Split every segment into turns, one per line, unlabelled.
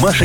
Маша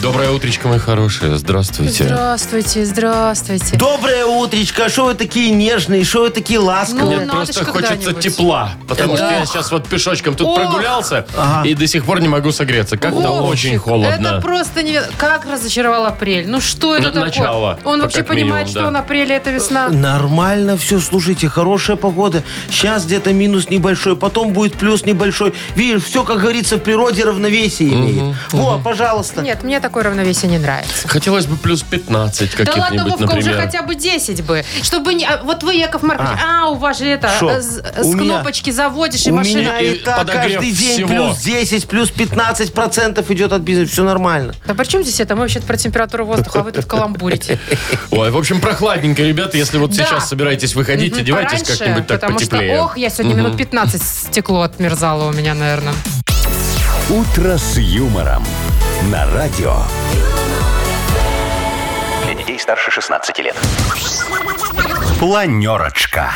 Доброе утречко, мои хорошие. Здравствуйте.
Здравствуйте, здравствуйте.
Доброе утречко, что вы такие нежные, что вы такие ласковые?
Ну,
Нет,
надо
просто
ж
хочется
когда-нибудь.
тепла. Потому что
Да.
я сейчас вот пешочком тут
Ох.
прогулялся и до сих пор не могу согреться. Как-то
Вовчик,
очень холодно.
Это просто не... Как разочаровал апрель. Ну что это
На-
такое?
начало,
Он
по-
вообще
как минимум,
понимает, что
да.
он апрель, это весна.
Нормально все, слушайте, хорошая погода. Сейчас где-то минус небольшой, потом будет плюс небольшой. Видишь, все, как говорится, в природе равновесие имеет. Во, пожалуйста.
Нет, мне такое равновесие не нравится.
Хотелось бы плюс 15
Да ладно,
каких-нибудь,
Вовка,
например.
уже хотя бы 10 бы. Чтобы не... а, Вот вы, Яков Маркович, а, у вас же это,
Шо?
э, с, с
У меня-
кнопочки заводишь и
У
машина...
меня
И
и так
подогрев
каждый день
всего.
плюс 10, плюс 15 процентов идет от бизнеса. Все нормально.
Да при чем здесь это? Мы вообще про температуру воздуха, а вы тут каламбурите.
Ой, в общем, прохладненько, ребята. Если вот
Да.
сейчас собираетесь выходить,
Мгм,
одевайтесь
пораньше,
как-нибудь так
потому
потеплее.
что, ох, я сегодня минут 15 стекло отмерзало у меня, наверное.
«Утро с юмором» на радио. Для детей старше 16 лет. Планерочка.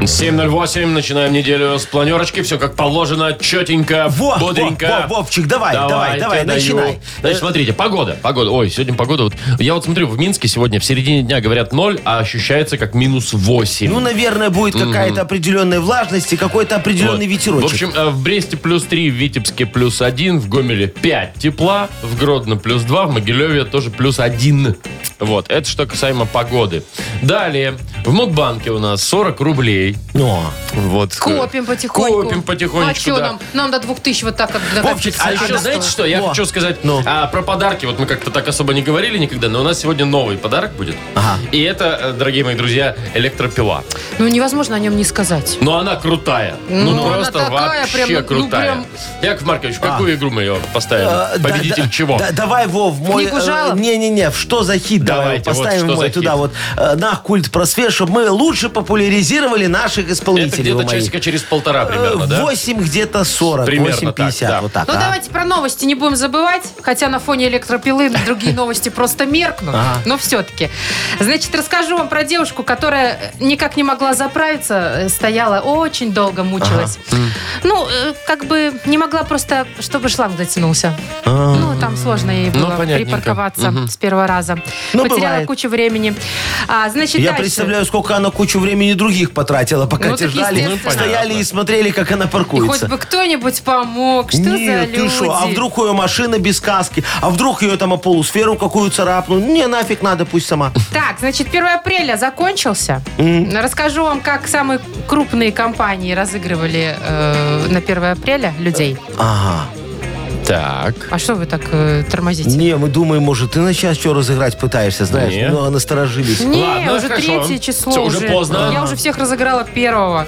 7.08, начинаем неделю с планерочки. Все как положено, четенько,
Во,
бодренько.
во, во, Вовчик, давай, давай, давай,
тебе даю.
начинай.
Значит, смотрите, погода, погода. Ой, сегодня погода. Вот, я вот смотрю, в Минске сегодня в середине дня говорят 0, а ощущается как минус 8.
Ну, наверное, будет какая-то определенная влажность и какой-то определенный
Вот.
ветерочек.
В общем, э, в Бресте плюс 3, в Витебске плюс 1, в Гомеле 5 тепла, в Гродно плюс 2, в Могилеве тоже плюс 1. Вот, это что касаемо погоды. Далее, в Мудбанке у нас 40 рублей.
Но.
Вот.
Копим потихоньку.
Э, Копим потихонечку,
А что
да.
нам? Нам до 2000 вот так вот
Вовчик, а еще знаете что? Я
Во. Ну.
хочу сказать а, про подарки. Вот мы как-то так особо не говорили никогда, но у нас сегодня новый подарок будет.
Ага.
И это, э, дорогие мои друзья, электропила.
Ну, невозможно о нем не сказать.
Но она крутая. Ну,
Ну, она
просто
такая
вообще
прям, ну,
крутая.
прям-
Яков Маркович, в какую игру мы ее поставим?
А. Э, да,
Победитель
да,
чего?
да, давай, Вов, мой...
Книгу
э,
жалоб?
Не-не-не, в что за хит давай,
Давайте, вот
поставим
«Что за
мой
хит».
туда вот э, на культ просвет, чтобы мы лучше популяризировали наших
Это
исполнителей.
где-то
вы мои.
часика через полтора примерно,
Э,
да?
8 где-то 40,
Примерно
8,50,
так, да.
вот так.
Ну,
а?
давайте про новости не будем забывать. Хотя на фоне электропилы другие новости просто меркнут. Но все-таки. Значит, расскажу вам про девушку, которая никак не могла заправиться. э, Стояла, очень долго мучилась. Ну, э, как бы не могла просто, чтобы шланг дотянулся. Ну, там сложно ей
А. Ну,
было
понятненько.
припарковаться с первого раза.
Ну,
Потеряла
бывает.
кучу времени. А, значит,
Я
дальше.
представляю, сколько она кучу времени других потратила, пока
Ну,
те
так
ждали,
естественно.
стояли
Понятно.
и смотрели, как она
И хоть
паркуется.
бы кто-нибудь помог. Что за
Нет,
люди?
ты шо, а вдруг ее машина без каски, а вдруг ее там о полусферу какую царапну? Не, нафиг надо, пусть сама.
Так, значит, 1 апреля закончился. Расскажу вам, как самые крупные компании разыгрывали э, на 1 апреля людей.
Ага.
Так.
А что вы так э, тормозите?
Не, мы думаем, может, ты на сейчас что разыграть пытаешься, знаешь?
Не.
Ну, а насторожились.
Не,
Ладно,
уже
хорошо.
третье число.
Всё, уже поздно.
Я уже всех разыграла первого.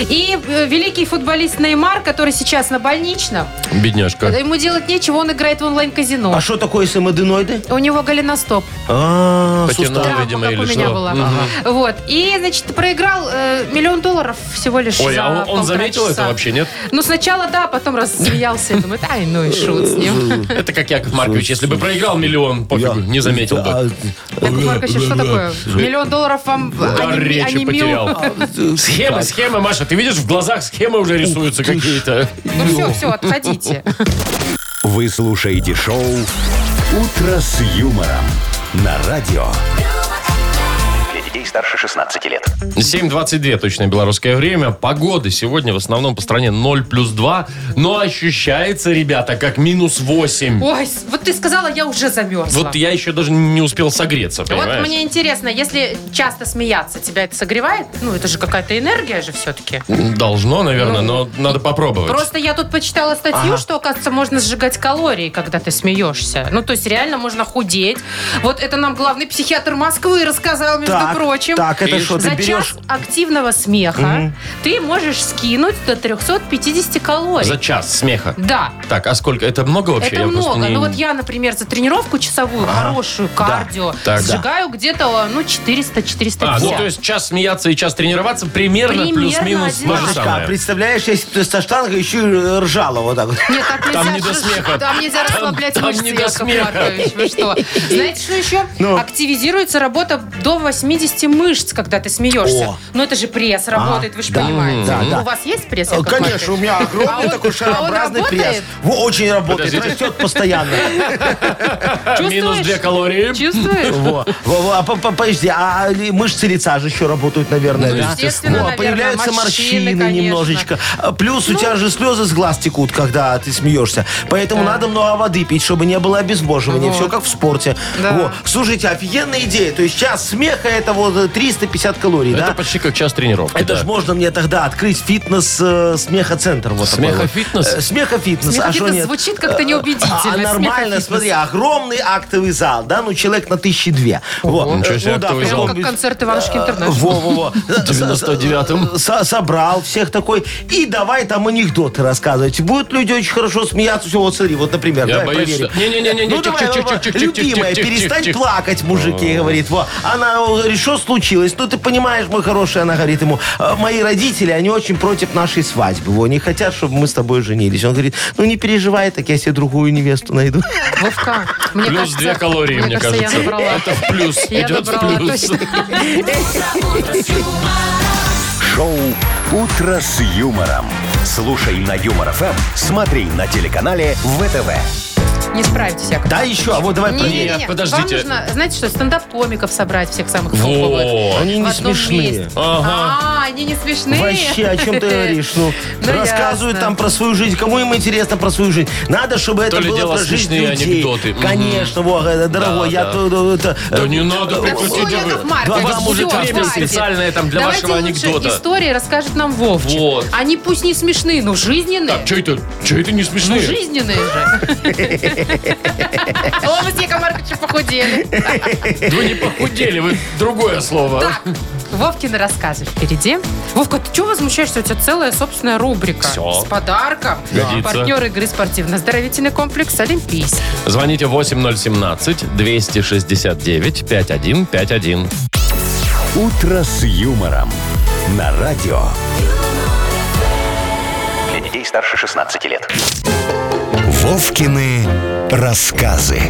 И э, великий футболист Неймар, который сейчас на больничном,
Бедняжка.
ему делать нечего, он играет в онлайн-казино.
А что такое самоденоиды?
У него голеностоп.
А,
По
сустав.
тенам.
Травма,
видимо,
как
или
у меня
что.
была.
Мгм.
Вот. И, значит, проиграл э, миллион долларов всего лишь
Ой,
за
а он- он,
полтора
заметил
часа.
это вообще, нет?
Ну, сначала да, потом рассмеялся и думает, ай, ну и шут с ним.
Это как Яков Маркович, если бы проиграл миллион, пофигу,
Я-
не заметил бы.
А,
Яков Маркович, что такое? Миллион долларов вам а
Да,
аним-
речи
анимил?
потерял.
э,
Схемы, схемы, Маша, ты видишь, в глазах схемы уже рисуются какие-то.
Ну все, все, отходите.
Вы слушаете шоу «Утро с юмором» на радио. Для детей старше 16 лет.
7.22 точное белорусское время. Погода сегодня в основном по стране 0 плюс 2, но ощущается, ребята, как минус 8.
Ой, с- вот ты сказала, я уже замерзла.
Вот я еще даже не успел согреться,
Вот
понимаешь?
мне интересно, если часто смеяться, тебя это согревает? Ну, это же какая-то энергия же все-таки.
Должно, наверное, но надо попробовать.
Ну, Просто я тут почитала статью, что, оказывается, можно сжигать калории, когда ты смеешься. Ну, то есть реально можно худеть. Вот это нам главный психиатр Москвы рассказал, между
Так,
прочим,
Так, это что, ты
за
берешь...
час активного смеха ты можешь скинуть до 350 калорий.
За час смеха.
Да.
Так, а сколько? Это много вообще?
Это
Я просто
много.
не-
Ну вот я, например, за тренировку часовую, хорошую, кардио,
Так, да.
сжигаю где-то, ну, 400-450.
А, ну то есть час смеяться и час тренироваться примерно,
Примерно
плюс-минус то же
одинаково.
Машечка, а
самое.
представляешь, если бы ты со штангой еще и ржала вот так вот.
Нет, так нельзя.
Там не до
же-
смеха.
Там нельзя
Там-
расслаблять
там
мышцы,
не до
Яков
смеха.
Маркович. Вы что? Знаете, что еще?
Ну.
Активизируется работа до 80 мышц, когда ты смеешься.
О.
Ну, это же пресс
А,
работает, вы же
да,
понимаете.
да, да.
У вас есть пресс,
Э,
Яков Маркович?
Конечно, у меня
А
огромный
он-
такой
а
шарообразный
он
пресс.
работает?
Во, Очень работает,
Подождите.
растет постоянно.
Минус
Чувствуешь?
2 калории.
Чувствуешь?
Во, во, во, а по- по- Подожди, а ли- мышцы лица же еще работают, наверное,
Ну,
да?
естественно,
Во,
наверное,
Появляются
морщины,
морщины
конечно. Ну.
немножечко. А Плюс у тебя же слезы с глаз текут, когда ты смеешься. Поэтому надо много воды пить, чтобы не было обезвоживания. Все как в спорте.
Да.
Во. Слушайте, офигенная идея. То есть сейчас смеха это вот э, 350 калорий,
Это
да?
почти как час тренировки.
Это
да.
ж можно мне тогда открыть фитнес э, смехоцентр. Вот такой вот.
Смехофитнес?
Э, Смехофитнес. а что
Смехофитнес
нет?
звучит как-то
Э,
неубедительно.
А нормально,
Смехофитнес.
смотри, огромный актовый зал, да, ну человек на тысячи две. Вот.
Ничего
Э,
себе,
ну да,
актовый
в
зал.
таком
Как
без-
концерт
Э,
Иванушки Интернешнл.
Во-во-во.
В 99-м.
Э, Со- Собрал всех такой. И давай там анекдоты рассказывать. Будут люди очень хорошо смеяться. Все, вот смотри, вот, например,
Я
давай
боюсь,
проверим.
что- Не-не-не-не, тихо,
Ну, давай,
тихо,
Вова,
тихо, тихо, тихо,
любимая,
тихо, тихо,
перестань
тихо.
плакать, мужики, говорит. Во. Она о, говорит, что случилось? Ну, ты понимаешь, мой хороший, она говорит ему, «Э, мои родители, они очень против нашей свадьбы. Во, не хотят, чтобы мы с тобой женились. Он говорит, ну, не переживай, так я себе другую невесту найду.
Вовка, мне
Плюс
кажется,
2 калории, мне кажется.
я набрала.
Это в плюс.
Я
Идет в
набрала,
плюс.
точно.
Шоу «Утро с юмором». Слушай на Юмор ФМ, смотри на телеканале ВТВ.
Не справитесь, Яков.
Да, еще, а вот давай про
Не-не-не,
Нет, подождите.
Вам нужно, знаете что, стендап-комиков собрать всех самых топовых.
Во.
Они
В
не
одном
смешные.
месте. А, они не смешные.
Вообще, о чем ты говоришь? Ну,
Ну,
рассказывают
ясно.
там про свою жизнь. Кому им интересно про свою жизнь? Надо, чтобы это
ли
было
дело
про жизнь
смешные
людей.
анекдоты. Мгм.
Конечно, во, э, дорогой,
Да,
я
да.
то- то- это,
Да
э,
не надо,
Да все,
прекратите вы.
Яков Маркович, Ну,
Да вам
всё,
уже
время
хватит.
специальное там для
Давайте
вашего
лучше
анекдота.
истории расскажет нам Вовчик.
Вот.
Они пусть не смешные, но жизненные.
Так, что это? Что это не
Ну,
смешные?
жизненные же. О, мы с Яком Марковичем похудели.
Вы не похудели, вы другое слово.
Так, Вовкины рассказы впереди. Вовка, ты чего возмущаешься? У тебя целая собственная рубрика.
Всё.
С подарком.
Годится.
Партнер игры спортивно-здоровительный комплекс «Олимпийский».
Звоните 8017-269-5151.
«Утро с юмором» на радио.
Для детей старше 16 лет.
Вовкины рассказы.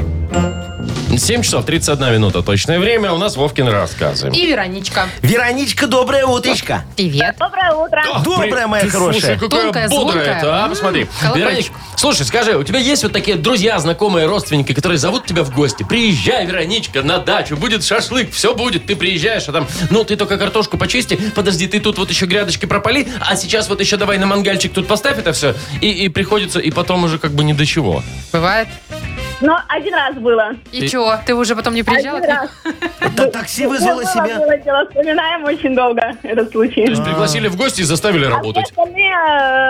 7 часов 31 минута точное время. У нас Вовкин рассказы.
И Вероничка.
Вероничка, доброе утречко.
Привет.
Доброе утро.
Ах,
Добрая моя
ты, Слушай,
хорошая.
какая
Тонкая,
бодрая
звонкая.
это, а?
М,
Посмотри.
колокольчик.
Вероничка, слушай, скажи, у тебя есть вот такие друзья, знакомые, родственники, которые зовут тебя в гости? Приезжай, Вероничка, на дачу, будет шашлык, все будет. Ты приезжаешь, а там, ну, ты только картошку почисти, подожди, ты тут вот еще грядочки пропали, а сейчас вот еще давай на мангальчик тут поставь это все. И, и приходится, и потом уже как бы ни до чего.
Бывает.
Но один раз было.
И
Ты-
чего? Ты уже потом не приезжала?
Один раз.
Да такси вызвала
Было,
себя.
было дело. Вспоминаем очень долго этот случай.
То
А.
есть пригласили в гости и заставили
А все
работать.
остальные,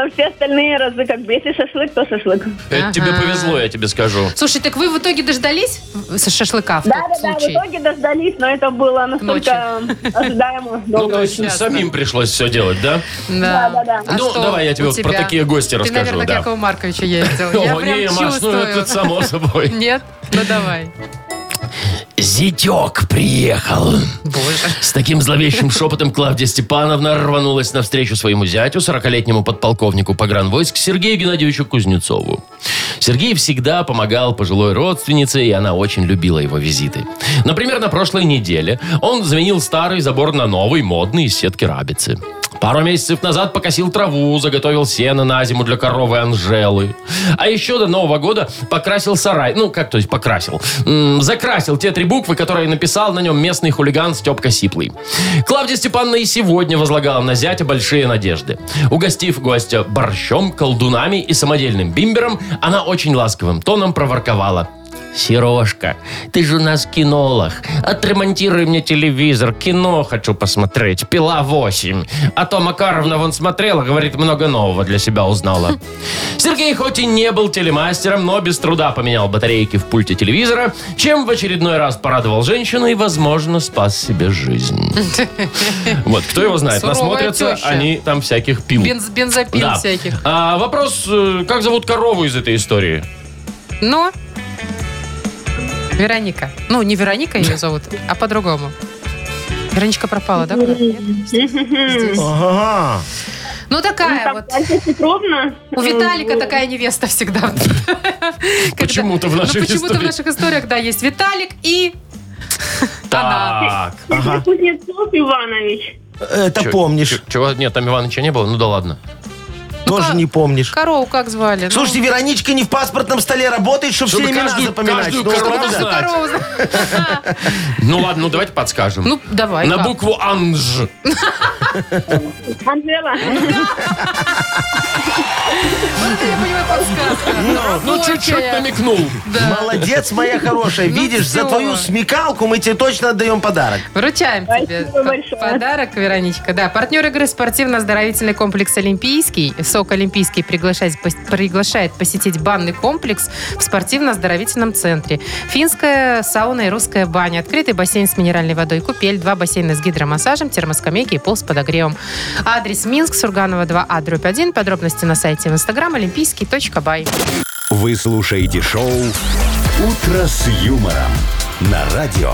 э, все остальные разы, как бы, если шашлык, то шашлык.
Это тебе
Ага.
повезло, я тебе скажу.
Слушай, так вы в итоге дождались с- шашлыка в
Да,
тот
да, да, в
случай?
итоге дождались, но это было настолько ожидаемо
Ну, то
долго.
есть
Ясно.
самим пришлось все делать, да?
Да,
Да, да, да.
А
Ну,
что
давай я тебе
у
вот про
тебя?
такие гости
Ты,
расскажу,
наверное,
да.
к Якову Марковичу ездил. Я
О,
прям
не, Маш, ну это
чувствую.
само собой.
Нет? Ну давай.
Зятек приехал.
Боже.
С таким зловещим шепотом Клавдия Степановна рванулась навстречу своему зятю, 40-летнему подполковнику погранвойск Сергею Геннадьевичу Кузнецову. Сергей всегда помогал пожилой родственнице, и она очень любила его визиты. Например, на прошлой неделе он заменил старый забор на новый, модный, из сетки рабицы. Пару месяцев назад покосил траву, заготовил сено на зиму для коровы Анжелы. А еще до Нового года покрасил сарай. Ну, как то есть покрасил? М, закрасил те три буквы, которые написал на нем местный хулиган Степка Сиплый. Клавдия Степановна и сегодня возлагала на зятя большие надежды. Угостив гостя борщом, колдунами и самодельным бимбером, она очень ласковым тоном проворковала. Сережка, ты же у нас кинолог. Отремонтируй мне телевизор, кино хочу посмотреть. Пила 8. А то Макаровна вон смотрела, говорит, много нового для себя узнала. Сергей хоть и не был телемастером, но без труда поменял батарейки в пульте телевизора, чем в очередной раз порадовал женщину и, возможно, спас себе жизнь. Вот, кто его знает,
Суровая
насмотрятся
теща.
они там всяких пил.
Бенз, бензопил
Да.
всяких.
А, вопрос, э, как зовут корову из этой истории?
Но... Ну? Вероника. Ну, не Вероника ее зовут, а по-другому. Вероничка пропала, да? куда-то? Нет? Здесь.
Ага.
Ну, такая вот.
Ольга Петровна.
У Виталика такая невеста всегда.
Почему-то в
Ну,
наших
Почему-то в
историях.
наших историях, да, есть Виталик и... Она.
Так.
Сергей Кузнецов Иванович.
Это
Чё-
помнишь.
чё- Чего? Нет, там Иваныча не было. Ну да ладно.
Тоже
ка-
не помнишь.
Корову как звали? Ну,
Слушайте, Вероничка не в паспортном столе работает, чтобы
Чтобы
все имена
каждую-
запоминать.
каждую
Ну, это
корову
правда?
знать.
корову зна-
Ну ладно, ну давайте подскажем.
Ну, давай.
На
как?
букву Анж.
Анжела.
Ну,
Вот Ну, это, я понимаю, подсказка.
Ну, чуть-чуть
Рабочая.
намекнул.
Да.
Молодец, моя хорошая.
Ну
Видишь, за
всё.
твою смекалку мы тебе точно отдаем подарок.
Вручаем тебе
Спасибо большое.
подарок, Вероничка. Да, партнер игры спортивно-оздоровительный комплекс «Олимпийский». СОК «Олимпийский» приглашает, пос- приглашает посетить банный комплекс в спортивно-оздоровительном центре. Финская сауна и русская баня, открытый бассейн с минеральной водой, купель, два бассейна с гидромассажем, термоскамейки и пол с подогревом. Адрес Минск, Сурганова 2А, дробь 1. Подробности на сайте в инстаграм олимпийский.бай.
Вы слушаете шоу «Утро с юмором» на радио.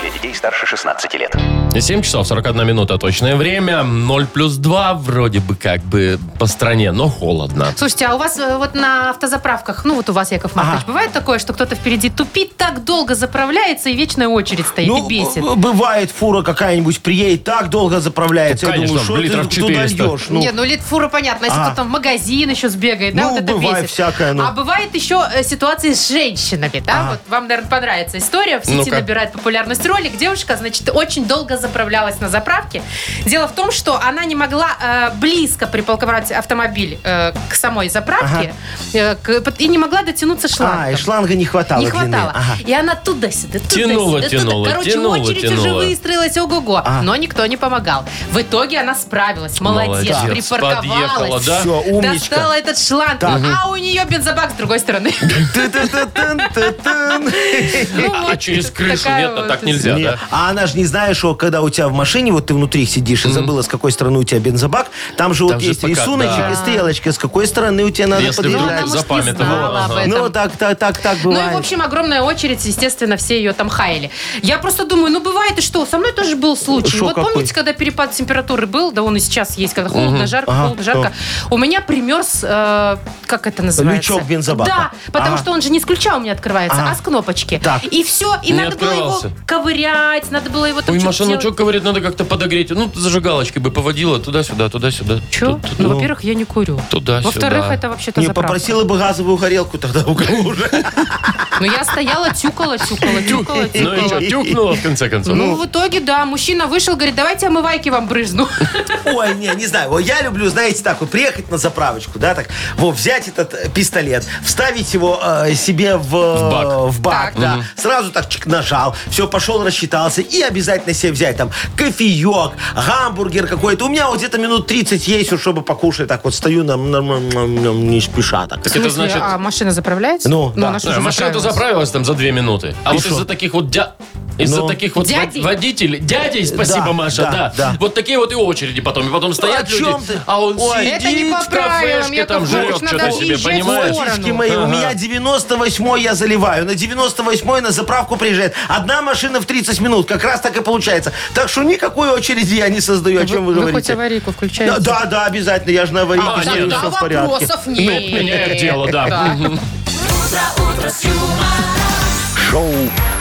Для детей старше 16 лет.
7 часов 41 минута точное время. 0 плюс 2 вроде бы как бы по стране, но холодно.
Слушайте, а у вас э, вот на автозаправках, ну вот у вас, Яков Маркович, бывает такое, что кто-то впереди тупит, так долго заправляется и вечная очередь стоит и бесит?
Ну, б- бывает, фура какая-нибудь приедет, так долго заправляется.
Ну,
Я
конечно,
думаю, что
литров
ты туда
400.
льешь? Ну,
Не, ну лит фура понятно, если
А.
кто-то в магазин еще сбегает, да,
Ну,
вот это
бывает
бесит.
всякое, ну. А.
А бывает еще э, ситуации с женщинами, да, вот вам, наверное, понравится история. В сети
Ну-ка.
набирает популярность ролик. Девушка, значит, очень долго заправлялась на заправке. Дело в том, что она не могла э, близко припарковать автомобиль э, к самой заправке э, к- и не могла дотянуться шлангом.
а, и шланга не хватало.
ну, Не
длины.
хватало.
Ага.
И она туда-сюда, туда-сюда.
Тянула,
туда.
тянула,
Короче,
тянула,
очередь уже
тянула.
выстроилась, ого-го.
А.
Но никто не помогал. В итоге она справилась. Молодец,
Молодец, подъехала,
припарковалась.
да?
Все, умничка.
Достала этот шланг.
Так.
А у нее бензобак с другой стороны.
Ту-ту-ту-тун-ту-тун.
Ну
А,
вот,
через
такая
крышу нет, а
вот
так нельзя,
Не,
да?
А она же не знаешь, что когда у тебя в машине, вот ты внутри сидишь и забыла, с какой стороны у тебя бензобак, там же
Там
вот
же
есть
пока,
рисуночек
да.
и стрелочка, с какой стороны у тебя надо
Если
Ну, она,
Вдруг
подъезжать.
может, не
запамятовала,
знала об
ага.
этом.
Ну, так, так, так, так
Ну
бывает.
и, в общем, огромная очередь, естественно, все ее там хаяли. Я просто думаю, ну бывает и что? Со мной тоже был случай.
Шо
вот
какой?
помните, когда перепад температуры был, да он и сейчас есть, когда холодно, жарко,
Ага,
холодно, жарко. У меня примерз, э, как это называется?
Лючок бензобака.
Да, потому
Ага.
что он же не с ключа у меня открывается,
Ага.
а с кнопочки.
Так.
И все, и
Не
надо было его
открывался.
ковырять, надо было его там
Ой,
что-то
Маша, ну
делать.
что говорит, надо как-то подогреть. Ну, зажигалочкой бы поводила туда-сюда, туда-сюда.
Чё?
Тут-
Ну,
тут-
во-первых, я не курю.
Туда-сюда.
Во-вторых, это вообще-то
Не,
заправка.
попросила бы газовую горелку тогда у кого уже.
Ну, я стояла, тюкала, тюкала,
Тюк.
тюкала,
Ну и
тюкала.
что, тюкнула в конце концов?
Ну, в итоге, да, мужчина вышел, говорит, давайте омывайки вам брызну.
Ой, не, не знаю. Вот Я люблю, знаете, так вот приехать на заправочку, да, так, вот взять этот э, пистолет, вставить его э, себе в, в
бак.
в бак, да. Сразу так чик, нажал, все, пошел, рассчитался и обязательно себе взять там кофеек, гамбургер какой-то. У меня вот где-то минут 30 есть, вот, чтобы покушать, так вот стою, на, на- на- на- на- не спеша так.
Так это значит...
А машина заправляется?
Ну, да.
она ж
Да, Э,
уже
а машина-то
заправилась.
заправилась там за две минуты. А
И
вот
шо?
из-за таких вот дя... Из-за
Ну. Э,
таких вот
Дядей?
вод- водителей... Дядей, спасибо,
Да,
Маша, да,
да, да. Ну,
Вот такие вот и очереди потом. И потом стоят
о
люди,
чем ты?
а он
Ой.
сидит
Это не по
в кафешке,
правилам,
там
Яков
жрет
Маркович,
что-то
надо
себе,
уезжать в
понимаешь?
город.
Детишки Ну, мои, у меня 98 я заливаю. На 98 на заправку приезжает. Одна машина в 30 минут. Как раз так и получается. Так что никакой очереди я не создаю. О чем вы,
Вы хоть
говорите?
аварийку
да,
включаете?
да, да, обязательно. Я же на аварийке
А,
стою,
нет, да,
все в порядке.
Ну,
вопросов нет.
меняет дело, да.
Шоу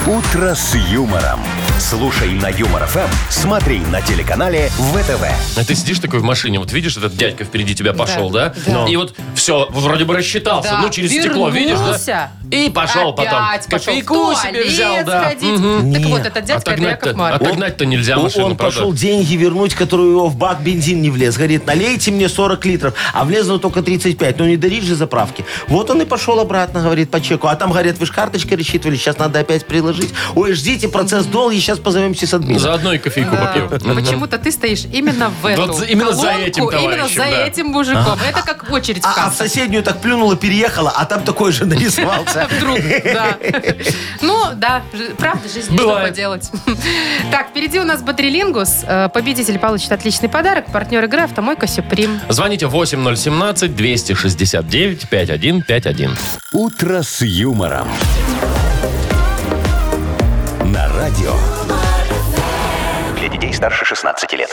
«Утро с юмором». Слушай на Юмор ФМ, смотри на телеканале ВТВ.
А ты сидишь такой в машине, вот видишь, этот дядька впереди тебя пошел, да?
да. Но.
И вот все, вроде бы рассчитался.
Да,
Ну, через стекло, видишь,
вернулся.
да? И пошел
Опять
потом.
пошел в
Копейку себе
туалет
взял, да.
сходить.
Мгм.
Не.
Так вот, этот дядька это
Отогнать-то-
Яков Маркович.
Отогнать-то нельзя
Он-
машину,
Он
правда?
пошел деньги вернуть, которые его в бак бензин не влез. Говорит, налейте мне 40 литров, а влезло только 35. Ну не даришь же заправки. Вот он и пошел обратно, говорит, по чеку. А там, говорят, вы же карточкой рассчитывали, сейчас надо опять приложить. Ой, ждите, процесс долгий, сейчас позовемся с админом.
Заодно и кофейку попью.
Ну Да. Почему-то ты стоишь именно в эту
Вот именно за
колонку,
этим
Именно
товарищем,
за
да.
этим мужиком. Это как очередь в
А, а в
кассу.
соседнюю так плюнула, переехала, а там такой же нарисовался.
Вдруг, да. Ну, да, ж- правда, жизнь, что
Бывает.
поделать. Так, впереди у нас Бодрилингус. Э, Победитель получит отличный подарок. Партнер игры «Автомойка Сюприм».
Звоните 8017-269-5151.
Утро с юмором. На радио
Для детей старше 16 лет.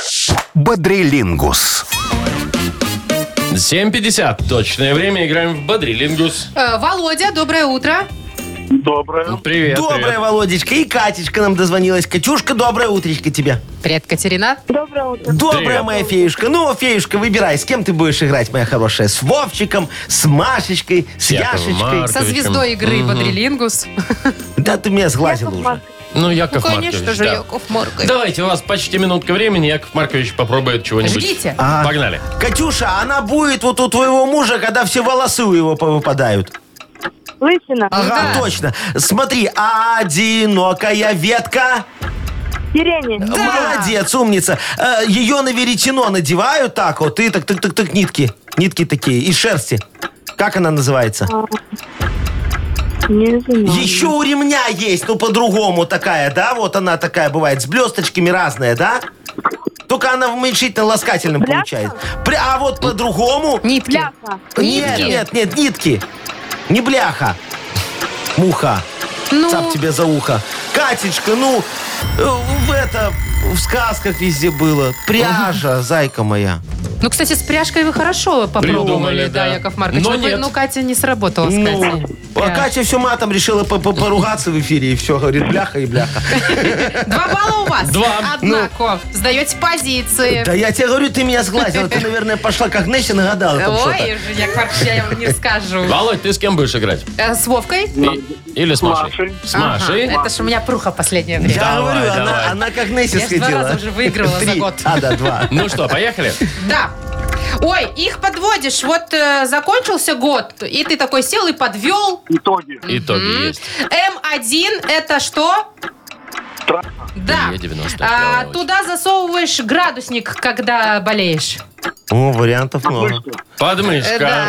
Бодрилингус.
7.50. Точное время. Играем в Бодрилингус.
Э, Володя, доброе утро.
Ну, Привет.
Доброе,
привет.
Володечка. И Катечка нам дозвонилась. Катюшка, доброе утречко тебе.
Привет, Катерина.
Доброе утро.
Добрая
Привет.
моя феюшка. Ну, феюшка, выбирай, с кем ты будешь играть, моя хорошая. С Вовчиком, с Машечкой, с
Яковом
Яшечкой.
Марк-
Со
Марковичем.
звездой игры Бодрилингус.
Да ты меня сглазил
Яков
уже.
Маркович,
Ну, Яков
Конечно
Маркович,
же,
да.
Яков Маркович.
Давайте, у вас почти минутка времени. Яков Маркович попробует чего-нибудь.
Ждите.
А.
Погнали.
Катюша, она будет вот у твоего мужа, когда все волосы у его повыпадают.
Лысина.
А-
Ага,
Ну да.
точно. Смотри, а одинокая ветка.
Сирени.
Молодец, умница. Э, Ее на веретено надевают так вот, и так, так, так, так, нитки. Нитки такие, из шерсти. Как она называется?
Не знаю.
Еще у ремня есть, ну по-другому такая, да? Вот она такая бывает, с блесточками разная, да? Только она в уменьшительно-ласкательном
Бляшка?
получает. Пря- А вот по-другому...
Нитки.
Бляха.
Нет,
Нитки?
нет, нет, нитки. Не бляха. Муха.
Ну,
Цап тебе за ухо. Катечка, ну, э, в это, в сказках везде было. Пряжа, зайка моя.
ну, кстати, с пряжкой вы хорошо
Придумали,
попробовали,
да.
да, Яков Маркович.
Но
Вот вы-
нет.
Ну, Катя не сработала с
Ну,
Катей.
а
Прям.
Катя все матом решила по- по- поругаться в эфире, и все, говорит, бляха и бляха.
Два балла у вас.
Два. Ну.
Однако, сдаете позиции.
Да я тебе говорю, ты меня сглазила. Ты, наверное, пошла как Несси, нагадала там что-то.
Ой, уже Яков Маркович, я вам не скажу.
Володь, ты с кем будешь играть?
Э, С Вовкой?
И- Или с Машей? С
Ага,
Машей?
Это же у меня пруха последнее время.
Я
Давай,
говорю,
давай.
она, она как Несси
Я ж два
сходила.
раза уже выигрывала за
Три.
год.
А, да, два.
Ну что, поехали?
Да. Ой, их подводишь. Вот э, закончился год, и ты такой сел и подвел.
Итоги есть.
М1 это что? Да.
Е 90.
А, туда засовываешь градусник, когда болеешь.
О, вариантов много.
Э,
Подмышка.
Да.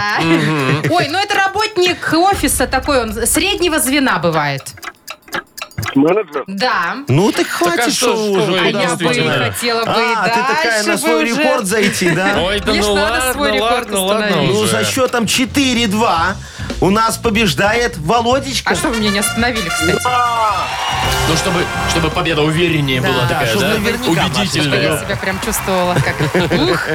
Ой, ну это работник офиса такой, он среднего звена бывает.
Менеджер?
Да.
Ну,
Так
так
а
хватит,
что ж
что уже.
вы,
А я бы и
действительно.
хотела бы и
А, ты такая
дальше
на
бы
свой
уже.
рекорд зайти, да?
Ой, да
Мне ж
ну
надо
ладно,
свой рекорд
ладно, ладно
установить.
Ну, за
уже.
счетом 4-2 у нас побеждает Володечка.
А что вы меня не остановили, кстати?
Ну, чтобы, чтобы победа увереннее была такая,
чтобы
да?
наверняка,
Что я
Убедительная.
себя прям чувствовала. Как... Ух.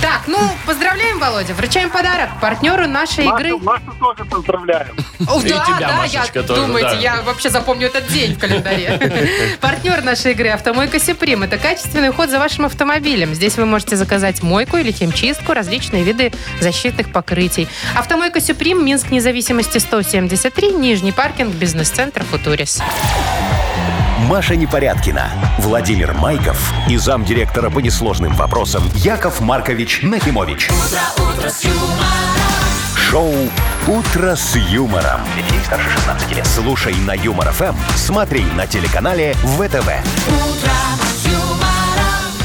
Так, ну, поздравляем, Володя. Вручаем подарок партнеру нашей игры.
Машу тоже поздравляем.
О,
И
да,
тебя,
да,
Машечка,
я,
тоже,
думаете,
да.
я вообще запомню этот день в календаре. Партнер нашей игры «Автомойка Сюприм» — это качественный уход за вашим автомобилем. Здесь вы можете заказать мойку или химчистку, различные виды защитных покрытий. «Автомойка Сюприм», Минск, независимости 173, Нижний паркинг, бизнес-центр «Футурис».
Маша Непорядкина, Владимир Майков и замдиректора по несложным вопросам Яков Маркович Нахимович. Шоу Утро с юмором.
Для детей старше 16 лет.
Слушай на Юмор ФМ, смотри на телеканале ВТВ.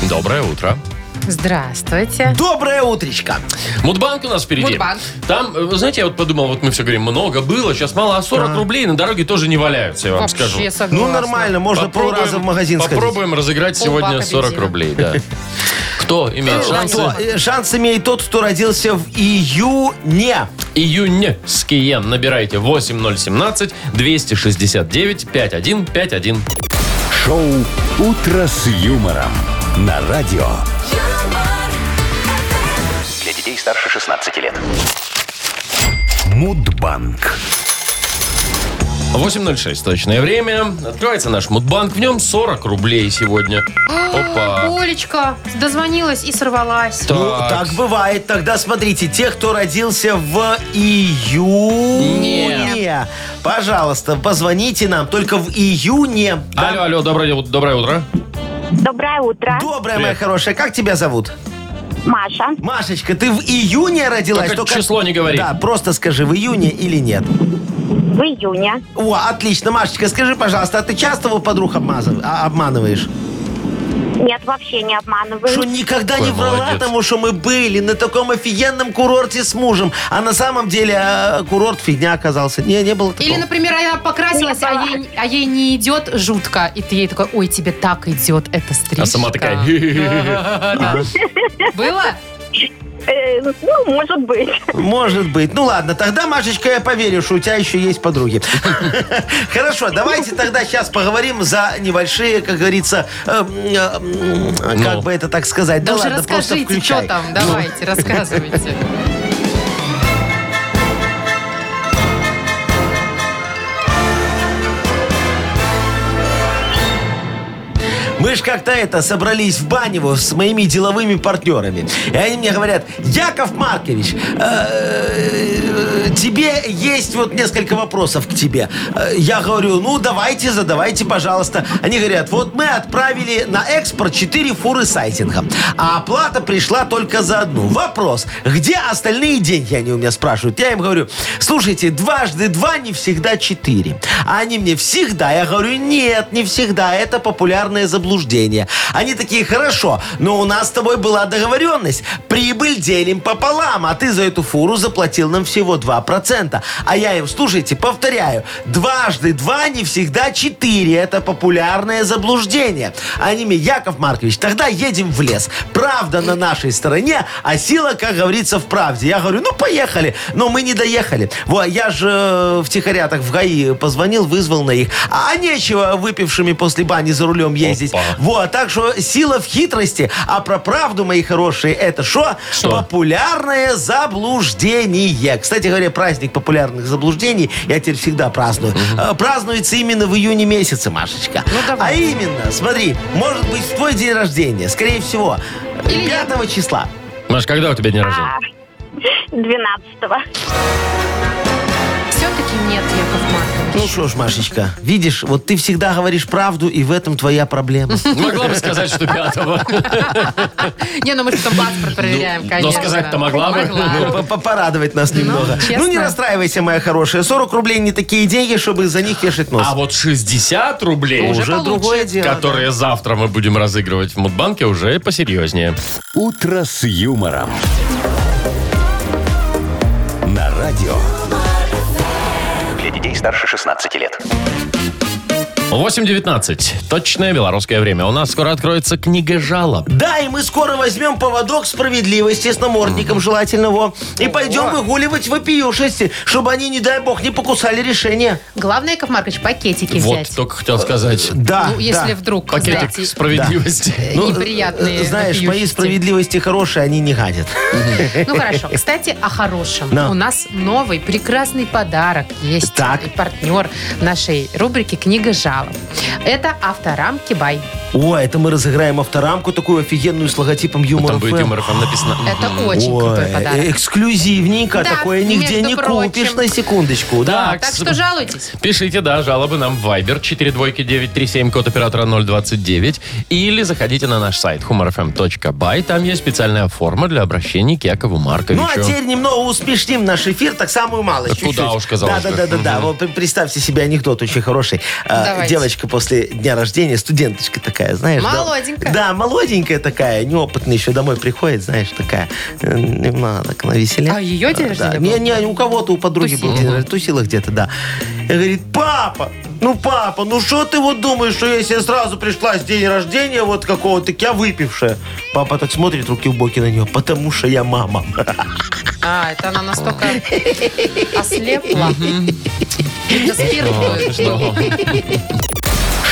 Доброе утро.
Здравствуйте.
Доброе утречко.
Мудбанк у нас впереди.
Мудбанк.
Там, э, вы знаете, я вот подумал, вот мы все говорим, много было, сейчас мало, а 40 рублей на дороге тоже не валяются, я вам
Вообще
скажу.
согласна.
Ну, нормально, можно
Попробуем-
полраза в магазин сходить.
Попробуем разыграть
Полбака
сегодня 40
бензина.
рублей, да. Кто имеет шансы?
Кто? Э, Шанс имеет тот, кто родился в июне.
Июньские. Набирайте 8017-269-5151.
Шоу Утро с юмором на радио.
Для детей старше 16 лет.
Мудбанк.
8.06 точное время. Открывается наш мудбанк. В нем 40 рублей сегодня. Опа.
Олечка дозвонилась и сорвалась.
Так.
Ну, так бывает. Тогда смотрите, те, кто родился в июне, пожалуйста, позвоните нам только в июне. Да?
Алло, алло, доброе, ут- доброе утро.
Доброе утро,
Добрая
Привет.
моя хорошая, как тебя зовут?
Маша.
Машечка, ты в июне родилась?
Только число не говори.
Да, просто скажи, в июне или нет.
В июне.
О, отлично. Машечка, скажи, пожалуйста, а ты часто вот подруг обмазыв- а- обманываешь?
Нет, вообще не
Что
обманываю.
никогда
Какой
не врала
молодец.
тому, что мы были на таком офигенном курорте с мужем. А на самом деле а, курорт фигня оказался. Не, не было такого.
Или, например, она покрасилась,
Не
а
было.
ей, а ей не идет жутко. И ты ей такой, ой, тебе так идет эта стрижка.
А сама такая.
Было?
Э, ну, может быть.
Может быть. Ну ладно, тогда, Машечка, я поверю, что у тебя еще есть подруги. Хорошо, давайте тогда сейчас поговорим за небольшие, как говорится, эм, эм,
Ну.
как бы это так сказать.
Да
Да
уже
ладно, просто
Ну расскажите,
включай.
что там. Давайте, рассказывайте.
Мы ж как-то это собрались в Банево с моими деловыми партнерами. И они мне говорят, Яков Маркович, э, тебе есть вот несколько вопросов к тебе. Э, Я говорю, ну давайте, задавайте, пожалуйста. Они говорят, вот мы отправили на экспорт 4 фуры сайтинга, а оплата пришла только за одну. Вопрос, где остальные деньги, они у меня спрашивают. Я им говорю, слушайте, дважды два не всегда четыре. А они мне всегда, я говорю, нет, не всегда, это популярное заблуждение. Они такие, хорошо, но у нас с тобой была договоренность, прибыль делим пополам, а ты за эту фуру заплатил нам всего 2%. А я им, слушайте, повторяю, дважды два не всегда четыре, это популярное заблуждение. Они мне, Яков Маркович, тогда едем в лес. Правда на нашей стороне, а сила, как говорится, в правде. Я говорю, ну поехали, но мы не доехали. Во, я же э, в так в ГАИ позвонил, вызвал на их. А нечего выпившими после бани за рулем ездить.
Опа.
Вот, так что сила в хитрости. А про правду, мои хорошие, это шо?
Что?
Популярное заблуждение. Кстати говоря, праздник популярных заблуждений я теперь всегда праздную. Э, Празднуется именно в июне месяце, Машечка.
Ну,
а именно, смотри, может быть, в твой день рождения, скорее всего, 5 числа.
Маш, когда у тебя день рождения?
12-го.
Все-таки нет, Яков Маркович.
Ну что ж, Машечка, видишь, вот ты всегда говоришь правду, и в этом твоя проблема.
А.
Могла бы сказать, что пятого.
Не, ну мы же там паспорт проверяем,
Ну, но
конечно.
сказать-то могла бы. Ну.
Могла.
П- п- Ну, Порадовать нас немного. Ну, не
честно.
расстраивайся, моя хорошая. 40 рублей не такие деньги, чтобы за них вешать нос.
А вот 60 рублей,
Уже получше.
другое дело. да.
которые завтра мы будем разыгрывать в Мудбанке, уже посерьезнее.
«Утро с юмором». На радио.
Для детей старше 16 лет.
8.19. Точное белорусское время. У нас скоро откроется книга жалоб.
Да, и мы скоро возьмем поводок справедливости с намордником желательно его. И пойдем выгуливать вопиюшести, чтобы они, не дай бог, не покусали решение.
Главное, Яков Маркович, пакетики
Вот,
взять.
только хотел сказать.
Да,
Ну, если
да.
вдруг,
Пакетик
знаете,
справедливости.
э,
Ну,
неприятные
э, Знаешь, мои
вопиющести.
справедливости хорошие, они не гадят.
Ну хорошо. Кстати, о хорошем.
Да.
У нас новый прекрасный подарок есть.
Так.
И партнер нашей рубрики «Книга жалоб». Это авторамки «Бай».
О, это мы разыграем авторамку такую офигенную с логотипом юмора.
Там будет
FM.
юмор, там написано.
Это
Мгм.
очень крутой
Ой, Э,
подарок.
Эксклюзивненько,
Да,
такое нигде
между
не
прочим.
купишь на секундочку. Да.
Да.
Так что жалуйтесь.
Пишите, да, жалобы нам в Viber 42937, код оператора 029. Или заходите на наш сайт humorfm.by. Там есть специальная форма для обращений к Якову Марковичу.
Ну, а теперь немного успешним наш эфир, так самую малость.
Куда
чуть-чуть.
уж, казалось
Да,
бы.
да, да, да, да.
Мгм.
Вот при- представьте себе анекдот очень хороший. А,
Давайте.
Девочка после дня рождения, студенточка такая, знаешь. да.
Молоденькая.
Да, молоденькая такая, неопытная еще домой приходит, знаешь, такая. э, Немного так навеселе.
А её день
Да.
рождения
Не,
был?
не, у кого-то, у подруги был
Тусила.
день рождения. Тусила где-то, да. И говорит, папа, ну, папа, ну что ты вот думаешь, что если я сразу пришла с день рождения вот какого-то, так я выпившая. Папа так смотрит, руки в боки на нее, потому что я мама.
А, это она настолько ослепла. Это спирт
Ой,
был.
что?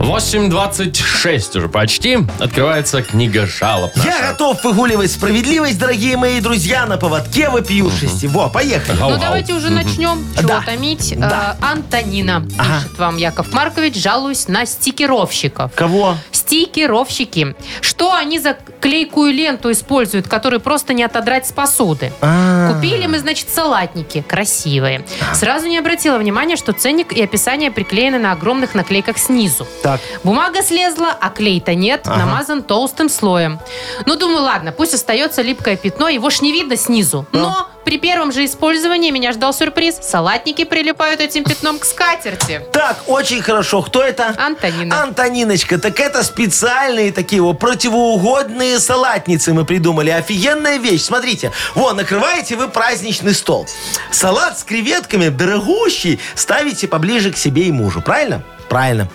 8.26 уже почти. Открывается книга жалоб наша.
Я готов выгуливать справедливость, дорогие мои друзья, на поводке вопиюшести. Во, поехали.
Ау-ау.
Ну, давайте уже начнем. Чего
Да.
томить? Э,
Да.
Антонина пишет вам, Яков Маркович, жалуюсь на стикеровщиков.
Кого?
Стикеровщики. Что они за клейкую ленту используют, которую просто не отодрать с посуды?
А.
Купили мы, значит, салатники. Красивые. Сразу не обратила внимания, что ценник и описание приклеены на огромных наклейках снизу.
Так.
Бумага слезла, а клей-то нет, намазан толстым слоем. Ну, думаю, ладно, пусть остается липкое пятно, его ж не видно снизу. Но при первом же использовании меня ждал сюрприз. Салатники прилипают этим пятном к скатерти.
Так, очень хорошо. Кто это?
Антонина.
Антониночка, так это специальные такие вот противоугодные салатницы мы придумали. Офигенная вещь. Смотрите, вот, накрываете вы праздничный стол. Салат с креветками, дорогущий, ставите поближе к себе и мужу. Правильно? Правильно.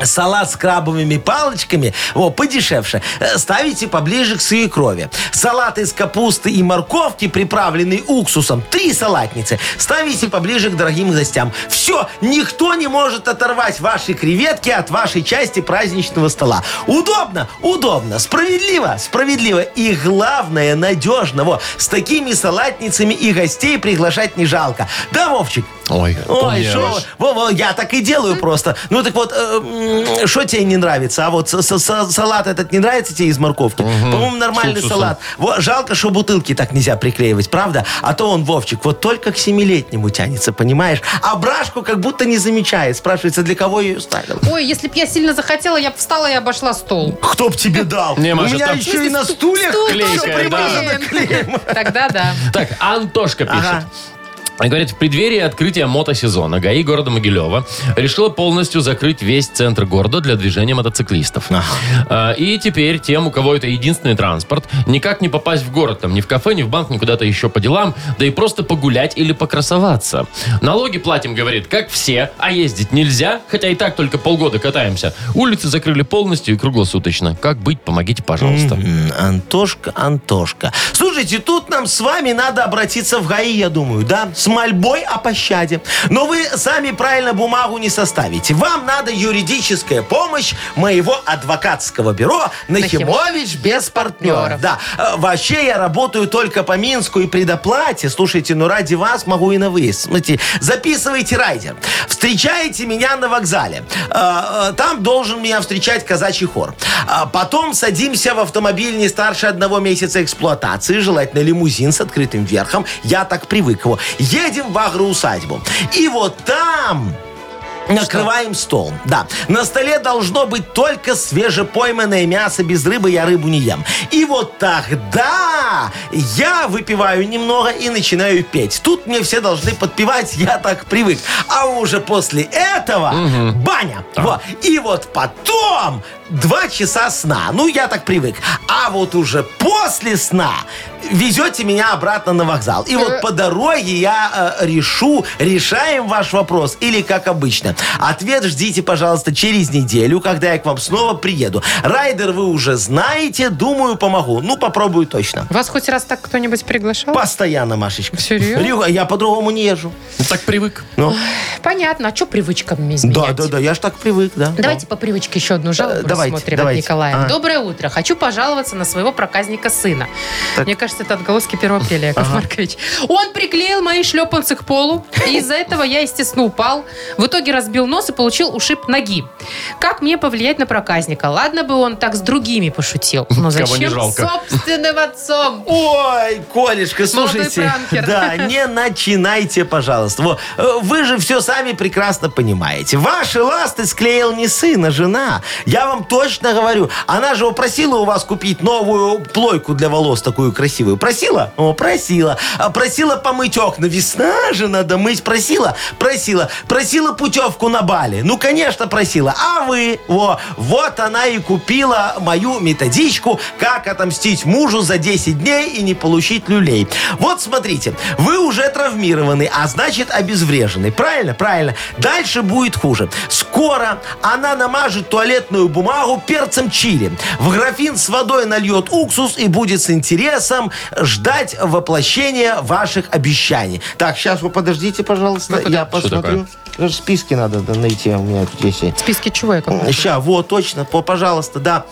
Салат с крабовыми палочками, о, подешевше, э, ставите поближе к свекрови. Салат из капусты и морковки, приправленный уксусом, три салатницы, ставите поближе к дорогим гостям. Все, никто не может оторвать ваши креветки от вашей части праздничного стола. Удобно, удобно, справедливо, справедливо и, главное, надежно. Во, с такими салатницами и гостей приглашать не жалко. Да, Вовчик?
Ой,
Ой,
помню я
шо,
вас.
во, во, я так и делаю просто. Ну так вот, что тебе не нравится? А вот с- с- с- салат этот не нравится тебе из морковки? По-моему, нормальный
С уксусом.
салат. Во, жалко, что бутылки так нельзя приклеивать, правда? А то он, Вовчик, вот только к семилетнему тянется, понимаешь? А брашку как будто не замечает. Спрашивается, для кого я ее ставил?
Ой, если б я сильно захотела, я бы встала и обошла стол.
Кто б тебе дал?
Не, Маша,
У меня
там
еще и на стульях
Стул
клейкая,
тоже
всё примазано
приклеен.
клеем.
Тогда да.
Так, Антошка пишет.
Ага.
Он Говорит, в преддверии открытия мотосезона ГАИ города Могилева решила полностью закрыть весь центр города для движения мотоциклистов. А, И теперь тем, у кого это единственный транспорт, никак не попасть в город, там, ни в кафе, ни в банк, ни куда-то еще по делам, да и просто погулять или покрасоваться. Налоги платим, говорит, как все, а ездить нельзя, хотя и так только полгода катаемся. Улицы закрыли полностью и круглосуточно. Как быть, помогите, пожалуйста.
М, Антошка, Антошка. Слушайте, тут нам с вами надо обратиться в ГАИ, я думаю, да? С мольбой о пощаде. Но вы сами правильно бумагу не составите. Вам надо юридическая помощь моего адвокатского бюро Нахимович без партнеров.
партнеров.
Да. Э, Вообще я работаю только по Минску и предоплате. Слушайте, ну ради вас могу и на выезд. Смотрите, записывайте райдер. Встречаете меня на вокзале. Э, э, Там должен меня встречать казачий хор. А Потом садимся в автомобиль не старше одного месяца эксплуатации, желательно лимузин с открытым верхом. Я так привык его. Едем в агроусадьбу. И вот там Накрываем стол. Да. На столе должно быть только свежепойманное мясо. Без рыбы я рыбу не ем. И вот тогда я выпиваю немного и начинаю петь. Тут мне все должны подпевать, я так привык. А уже после этого баня. Во. И вот потом два часа сна. Ну, я так привык. А вот уже после сна везете меня обратно на вокзал. И вот по дороге я э, решу, решаем ваш вопрос или как обычно. Ответ ждите, пожалуйста, через неделю, когда я к вам снова приеду. Райдер вы уже знаете, думаю, помогу. Ну, попробую точно.
Вас хоть раз так кто-нибудь приглашал?
Постоянно, Машечка.
Ну. Серьезно?
Рю, я по-другому не езжу.
Ну, Так привык.
Ну,
Понятно, а что привычками изменять?
да, да, да, я ж так привык, да.
Давайте по привычке еще одну жалобу
Э, давайте,
рассмотрим
давайте.
от Николая.
Ага.
Доброе утро. Хочу пожаловаться на своего проказника сына.
Так.
Мне кажется, это отголоски первопелия, Яков Маркович. Он приклеил мои шлепанцы к полу, и из-за этого я, естественно, упал. В итоге разбил нос и получил ушиб ноги. Как мне повлиять на проказника? Ладно бы он так с другими пошутил. Но
Кого не
зачем
жалко.
собственным отцом?
Ой, Колешка,
Молодой
слушайте.
пранкер.
Да, не начинайте, пожалуйста. Во, э, Вы же все сами прекрасно понимаете. Ваши ласты склеил не сын, а жена. Я вам точно говорю. Она же просила у вас купить новую плойку для волос, такую красивую. Просила? О, просила. А Просила помыть окна. Весна же надо мыть. Просила? Просила. Просила путевку на Бали. Ну, конечно, просила. А вы? Во, вот она и купила мою методичку, как отомстить мужу за 10 дней и не получить люлей. Вот смотрите, вы уже травмированы, а значит обезврежены. Правильно? Правильно. Дальше будет хуже. Скоро она намажет туалетную бумагу перцем чили. В графин с водой нальет уксус и будет с интересом вам ждать воплощения ваших обещаний. Так, сейчас вы подождите, пожалуйста. Я посмотрю. Даже списки надо да, найти. У меня тут есть.
Списки чего я как?
Сейчас, вот, точно. По- Пожалуйста, да.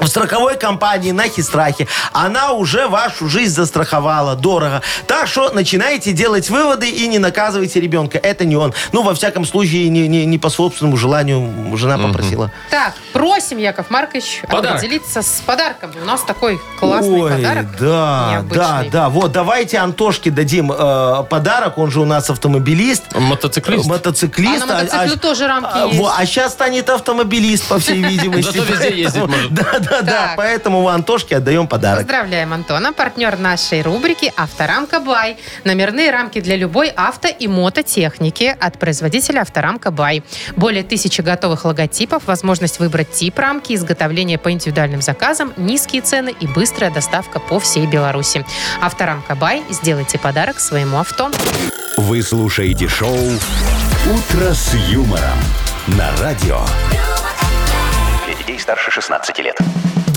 В страховой компании на хистрахе она уже вашу жизнь застраховала дорого. Так что начинайте делать выводы и не наказывайте ребенка. Это не он. Ну, во всяком случае, не, не- не по собственному желанию жена попросила.
Так, просим, Яков Маркович,
Подарок.
определиться с подарком. У нас такой классный
Ой,
подарок.
да,
необычный.
да, да. Вот, давайте Антошке дадим э, подарок. Он же у нас автомобилист.
Мотоциклист.
Мотоциклист. а,
А на мотоцикле тоже рамки есть.
сейчас станет автомобилист, по всей видимости.
Зато везде
Поэтому-
ездить может.
Да, да, да.
Так.
Поэтому мы Антошке отдаем подарок.
Поздравляем Антона, партнер нашей рубрики «Авторамка Бай». Номерные рамки для любой авто и мототехники от производителя «Авторамка Бай». Более тысячи готовых логотипов, возможность выбрать тип рамки, изготовление по индивидуальным заказам, низкие цены и быстрая доставка по всей Беларуси. «Авторамка Бай» сделайте подарок своему авто.
Вы слушаете шоу «Утро с юмором» на радио.
Для детей старше 16 лет.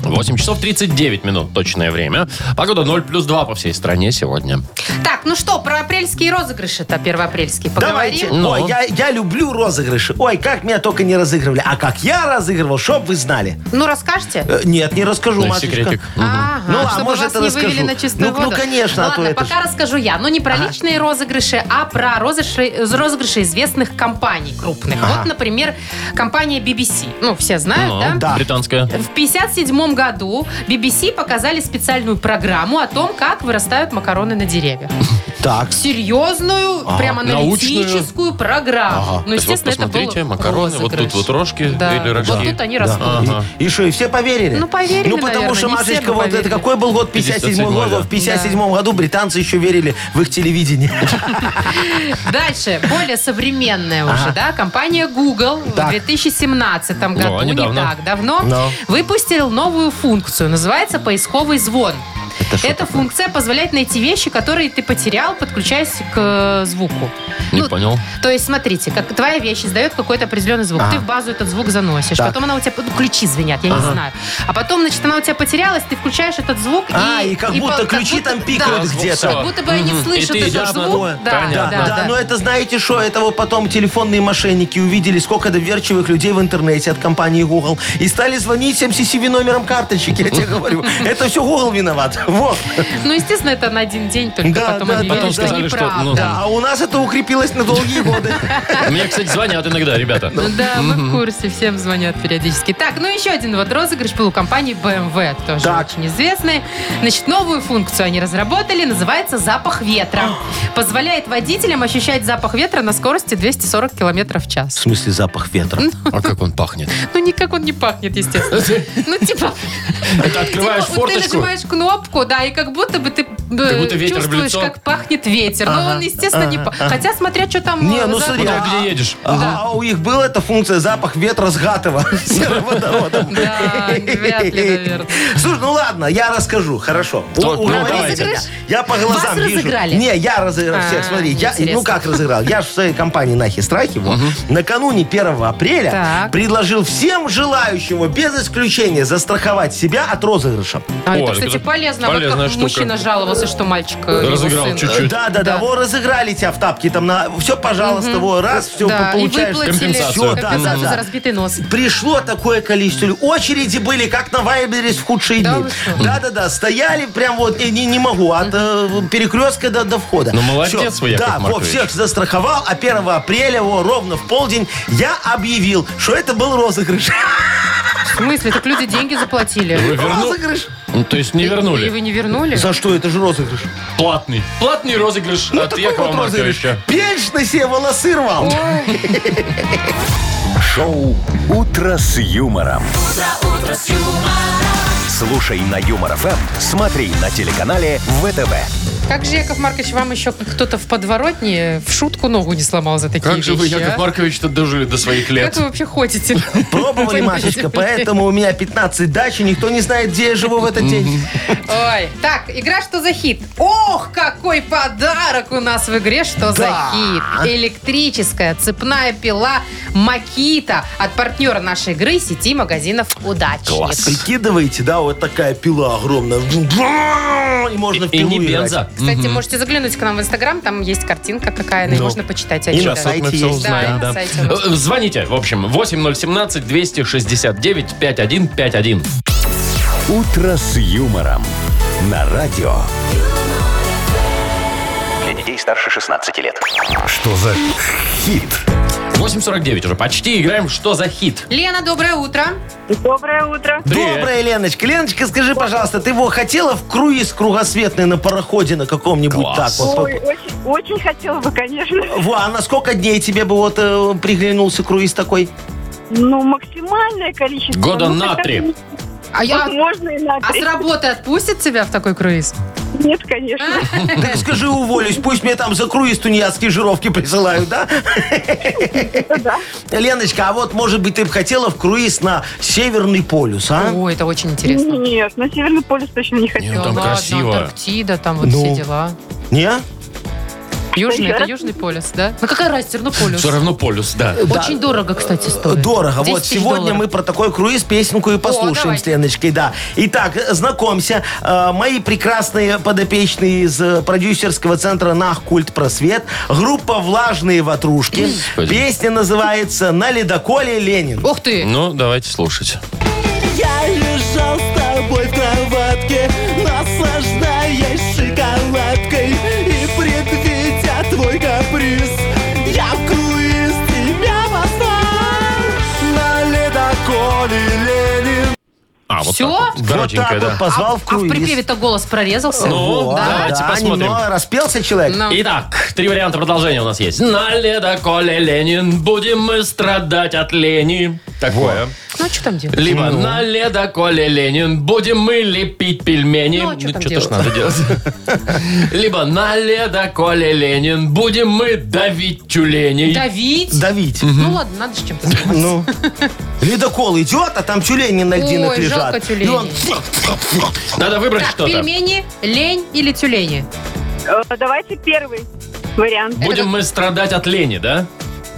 8 часов 39 минут точное время. Погода 0 плюс 2 по всей стране сегодня.
Так, ну что, про апрельские розыгрыши-то первоапрельские поговорим?
Давайте.
Ну.
Ой, я, я люблю розыгрыши. Ой, как меня только не разыгрывали. А как я разыгрывал, чтоб вы знали.
Ну, расскажете?
Э, нет, не расскажу,
Ну,
Машечка.
секретик.
Ага,
Ну, а
чтобы
может,
вас
это
не
расскажу.
вывели на чистую
Ну, ну,
воду.
конечно, а то
Ладно,
это
пока
ж-
расскажу я. Но не про личные розыгрыши, а про розыгрыши, розыгрыши известных компаний крупных. Вот, например, компания BBC. Ну, все знают,
Ну,
да?
Да.
Британская.
В 1957 году BBC показали специальную программу о том, как вырастают макароны на деревьях.
Так.
Серьезную,
А,
прям аналитическую программу. Ну,
Ага. То есть вот посмотрите, макароны, вот тут вот рожки
Да.
или рожки.
Вот тут они
Да.
растут.
Ага.
И и что, и все поверили?
Ну, поверили,
Ну, потому
наверное,
что,
не все бы
Машечка, вот
поверили.
это какой был год? 57
57-й,
год.
да.
В 57 году британцы еще верили в их телевидение.
Дальше, более современная уже,
Ага.
да, компания Google в
Так.
2017 году,
а
не
недавно.
так давно,
Но.
выпустил новую функцию, называется поисковый звон. Эта функция позволяет найти вещи, которые ты потерял, подключаясь к э, звуку.
Не
Ну,
понял.
То есть, смотрите, как твоя вещь издает какой-то определенный звук. Ты в базу этот звук заносишь.
А. Так.
Потом она у тебя... ну, ключи звенят, я не знаю. А потом, значит, она у тебя потерялась, ты включаешь этот звук
А,
и...
и как
по-
будто
как
ключи
будто-
там
да,
пикают
звук
где-то.
всё.
Как будто бы они
Мгм. И
слышат
ты идешь
этот
на
звук.
дно.
Да,
Понятно.
да,
Да,
да.
но это знаете что, это вот потом телефонные мошенники увидели, сколько доверчивых людей в интернете от компании Google, и стали звонить с MCCV номером карточек, я тебе говорю. Это все Google виноват. Вот.
Ну, естественно, это на один день, только
Да,
потом
да,
они
да,
видят,
да.
что
Сказали, что,
неправда.
ну,
Да, а у нас это укрепилось на долгие годы.
Мне, кстати, звонят иногда, ребята.
Ну да, мы в курсе, всем звонят периодически. Так, ну еще один вот розыгрыш был у компании BMW, тоже
Так.
очень известный. Значит, новую функцию они разработали, называется «Запах ветра». Позволяет водителям ощущать запах ветра на скорости 240 км в
В
час.
смысле запах ветра?
А как он пахнет?
Ну, никак он не пахнет, естественно. Ну, типа...
Это открываешь
типа, вот Ты
форточку.
нажимаешь кнопку, да, и как будто бы ты э,
будто ветер в
чувствуешь,
лицо.
как пахнет ветер. Но он, естественно, не пахнет. Хотя, смотря, что там
Не,
э,
ну,
за
смотри,
окном.
Куда, где едешь?
Ага, а у них была эта функция запах ветра с гатова. Сероводородом.
Да, вряд ли, наверное.
Слушай, ну ладно, я расскажу, хорошо. У-
Ну,
уговорите
давайте.
меня. Я по
Вас
глазам вижу.
разыграли?
Не, я разыграл
А,
всех, смотри. я-
интересно.
ну как разыграл? Я же в своей компании Нахи Страхи, вот, накануне 1 апреля
Так.
предложил всем желающим, вот, без исключения, застраховать себя от розыгрыша.
А
О,
это,
это
кстати,
как-
полезно. Вот
полезная
как
штука.
мужчина жаловался, что мальчик э, его
Разыграл
сын.
чуть-чуть.
Да, да, да, вот разыграли тебя в тапки там на... Все, пожалуйста, вот, раз, все,
Да, и
получаешь.
выплатили
компенсацию.
Всё, да, да,
компенсацию
да.
за разбитый нос.
Пришло такое количество. людей. Очереди были, как на Вайбере в худшие
Да
дни.
вы что?
Да-да-да, стояли прям вот, не, не, не могу, от э, перекрестка до, до входа.
Ну, молодец
Всё.
вы, Яков
Да, во,
Маркович.
всех застраховал, а 1 апреля, во, ровно в полдень, я объявил, что это был розыгрыш.
В смысле? Так люди деньги заплатили.
Вы верну-
Розыгрыш?
Ну, То есть не
И
вернули.
вы не вернули?
За что? Это же розыгрыш. Ну,
Платный. Платный розыгрыш
Ну,
от
такой
Якова
вот розыгрыш.
Марковича.
Пенч на себе волосы рвал.
Шоу «Утро с юмором». Слушай на Юмор ФМ, смотри на телеканале ВТВ.
Как же, Яков Маркович, вам еще кто-то в подворотне в шутку ногу не сломал за такие
Как же вы,
вещи,
Яков
а?
Маркович-то дожили до своих
Как
лет?
вы вообще ходите?
Пробовали, Машечка, поэтому у меня 15 дач, и никто не знает, где я живу в этот день.
Ой. Так, игра «Что за хит?» Ох, какой подарок у нас в игре «Что за
Да.
хит?» Электрическая цепная пила Макита от партнера нашей игры сети магазинов «Удачник».
Прикидываете, да, вот такая пила огромная. И можно в
И
пилу
не
играть.
бенза.
Кстати, можете заглянуть к нам в Инстаграм, там есть картинка какая, и
Ну.
можно почитать. о
И
чем.
на
Да.
сайте
Вот мы все
есть,
узнаем, да.
да, на сайте у нас.
Э, Звоните, в общем, 8017-269-5151.
«Утро с юмором» на радио.
Для детей старше 16 лет.
Что за хит?
8.49 уже почти. Играем «Что за хит?»
Лена, доброе утро.
Доброе утро.
Привет.
Добрая Леночка. Леночка, скажи, пожалуйста, ты его хотела в круиз кругосветный на пароходе на каком-нибудь так
Класс.
вот?
Ой, очень, очень хотела бы, конечно.
Во, а на сколько дней тебе бы вот э, приглянулся круиз такой?
Ну, максимальное количество.
Года
Ну,
на
хотя бы
три.
А, я,
Можно и на
а
три.
с работы отпустят тебя в такой круиз?
Нет, конечно.
А,
Так скажи, уволюсь, пусть мне там за круиз тунеядские жировки присылают, да? Леночка, а вот, может быть, ты бы хотела в круиз на Северный полюс, а? Ну,
Ой, это очень интересно.
Нет, на Северный полюс точно не
Не,
хотела.
ну, там
Ладно,
красиво.
Антарктида, там вот
Ну.
все дела.
Не?
Южный,
Еще
это
раз?
Южный полюс, да? Ну какая разница, ну полюс. Э,
Все равно полюс, да.
Очень дорого, кстати, стоит.
э, Дорого.
10
Вот
тысяч
сегодня
долларов.
мы про такой круиз песенку и послушаем
давай.
с Леночкой, да. Итак, знакомься, э, мои прекрасные подопечные из э, продюсерского центра «Нах Культ Просвет», группа «Влажные ватрушки».
Господи.
Песня называется «На ледоколе Ленин».
Ух ты!
Ну, давайте слушать.
Я лежал с тобой в кроватке, наслаждаясь шоколадкой И предвидя твой каприз, я в круиз тебя послал На ледоколе Ленин
А, вот
Всё?
так вот. Коротенько,
вот так вот
да.
позвал
а,
в круиз.
а в припеве-то голос прорезался.
Ну,
да.
да. давайте посмотрим.
немного распелся человек.
Ну.
Итак, три варианта продолжения у нас есть. На ледоколе Ленин будем мы страдать от лени. Такое.
Ну, а что там делать?
Либо на ледоколе Ленин будем мы лепить пельмени.
Ну, а чё там
чё-то ж
делать?
надо делать. Либо на ледоколе Ленин будем мы давить тюленей.
Давить?
Давить.
Ну ладно, надо с чем-то заниматься.
Ну. Ледокол идет, а там тюлени на льдинах
Ой,
лежат.
жалко тюленей.
И он
Надо выбрать
Так,
что-то.
пельмени, лень или тюлени?
Э, Давайте первый вариант.
Будем мы страдать от лени, да?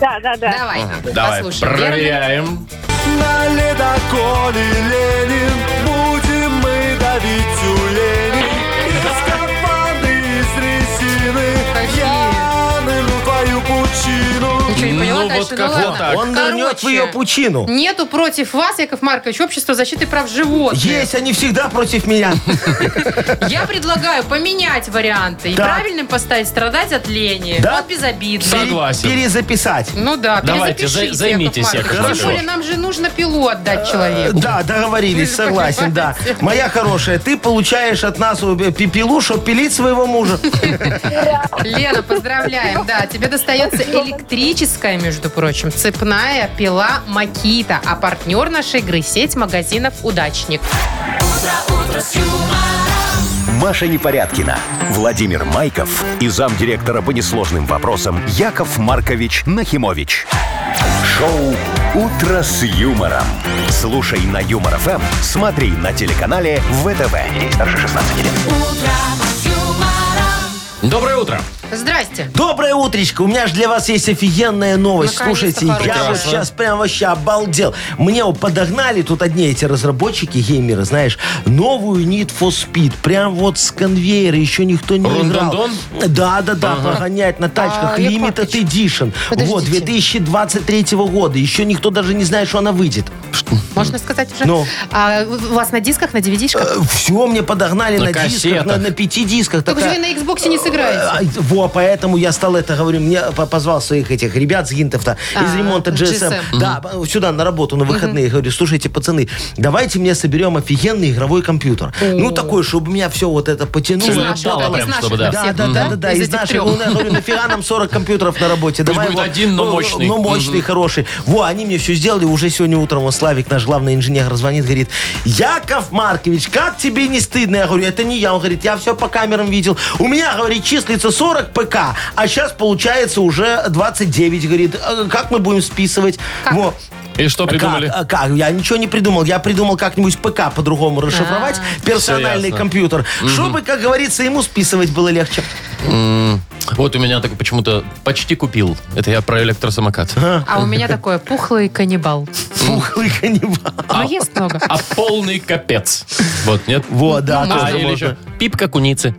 Да, да, да.
Давай,
Давай,
послушаем. Верно?
проверяем.
На ледоколе Ленин будем мы давить тюленей И скафаны из резины
Какие?
я нырну в твою пучину
Ничего не поняла
Ну,
дальше,
вот как
ну
вот
ладно.
так.
он
Короче.
нырнет в ее пучину.
Нету против вас, Яков Маркович, Общество защиты прав животных.
Есть, они всегда против меня.
Я предлагаю поменять варианты и
Да.
правильным поставить страдать от лени.
Да?
Вот безобидно.
Согласен.
Перезаписать.
Ну да,
Давайте,
перезапишите,
за- займитесь,
Яков
Яков
Маркович. Тем
Маркович.
более нам же нужно пилу отдать
Э,
человеку.
Да, договорились,
Вы
согласен, да.
понимаете.
Моя хорошая, ты получаешь от нас э, пипилу, чтобы пилить своего мужа.
Лена, поздравляем. Да, тебе достается электрическая, между прочим, цепная пила Макита, а партнер нашей игры – сеть магазинов «Удачник».
Маша Непорядкина, Владимир Майков и замдиректора по несложным вопросам Яков Маркович Нахимович. Шоу «Утро с юмором». Слушай на Юмор ФМ, смотри на телеканале ВТВ. Здесь старше 16 лет.
Доброе утро.
Здрасте.
Доброе утречко. У меня же для вас есть офигенная новость.
Наконец-то
Слушайте, я
хорошая.
вот сейчас прям вообще обалдел. Мне вот подогнали тут одни эти разработчики геймеры, знаешь, новую Need for Speed. Прям вот с конвейера еще никто не
Рундундун?
играл. Да, да, да, погонять на тачках.
А, Яков
Limited
Маркович,
Edition. Вот,
подождите.
2023 года. Еще никто даже не знает, что она выйдет.
Можно сказать уже?
Ну.
А у вас на дисках, на DVD-шках?
Все, мне подогнали
На
на, дисках,
кассетах.
на, на пяти дисках.
Только же
Э, Такая- Э,
вы на Xbox не сыграете.
Ай, Во, поэтому я стал это говорю. Мне по- позвал своих этих ребят с гинтов-то из
А,
ремонта GSM.
GSM.
Да, б- сюда на работу на выходные. Говорю, слушайте, пацаны, давайте мне соберем офигенный игровой компьютер. Ну, такой, чтобы у меня все вот это потянуло.
Из
Целая
нашего,
пала
да, из
Ну, прям,
наших,
чтобы,
да,
да.
Да,
всех,
да, да, да,
Мгм.
да,
Из
из
этих
наших.
трех.
Ну, я говорю, нафига нам 40 компьютеров на работе? Давай
будет
вот,
один, но
ну,
мощный.
Ну, мощный,
Мгм.
хороший. Во, они мне все сделали. Уже сегодня утром вот Славик, наш главный инженер, звонит, говорит, Яков Маркович, как тебе не стыдно? Я говорю, это не я. Он говорит, я все по камерам видел. У меня, говорит, числится 40 ПК, а сейчас получается уже 29. Говорит, «А как мы будем списывать? Во.
И что придумали?
Как, А как? Я ничего не придумал. Я придумал как-нибудь ПК по-другому
А.
расшифровать. Персональный
ясно.
компьютер. Чтобы, как говорится, ему списывать было легче.
Вот у меня так почему-то почти купил. Это я про электросамокат.
А у меня такое пухлый каннибал.
Пухлый каннибал.
Но ест много.
А полный капец. Вот, нет?
Вот, да,
Ну,
А,
тоже
или
можно.
еще пипка куницы.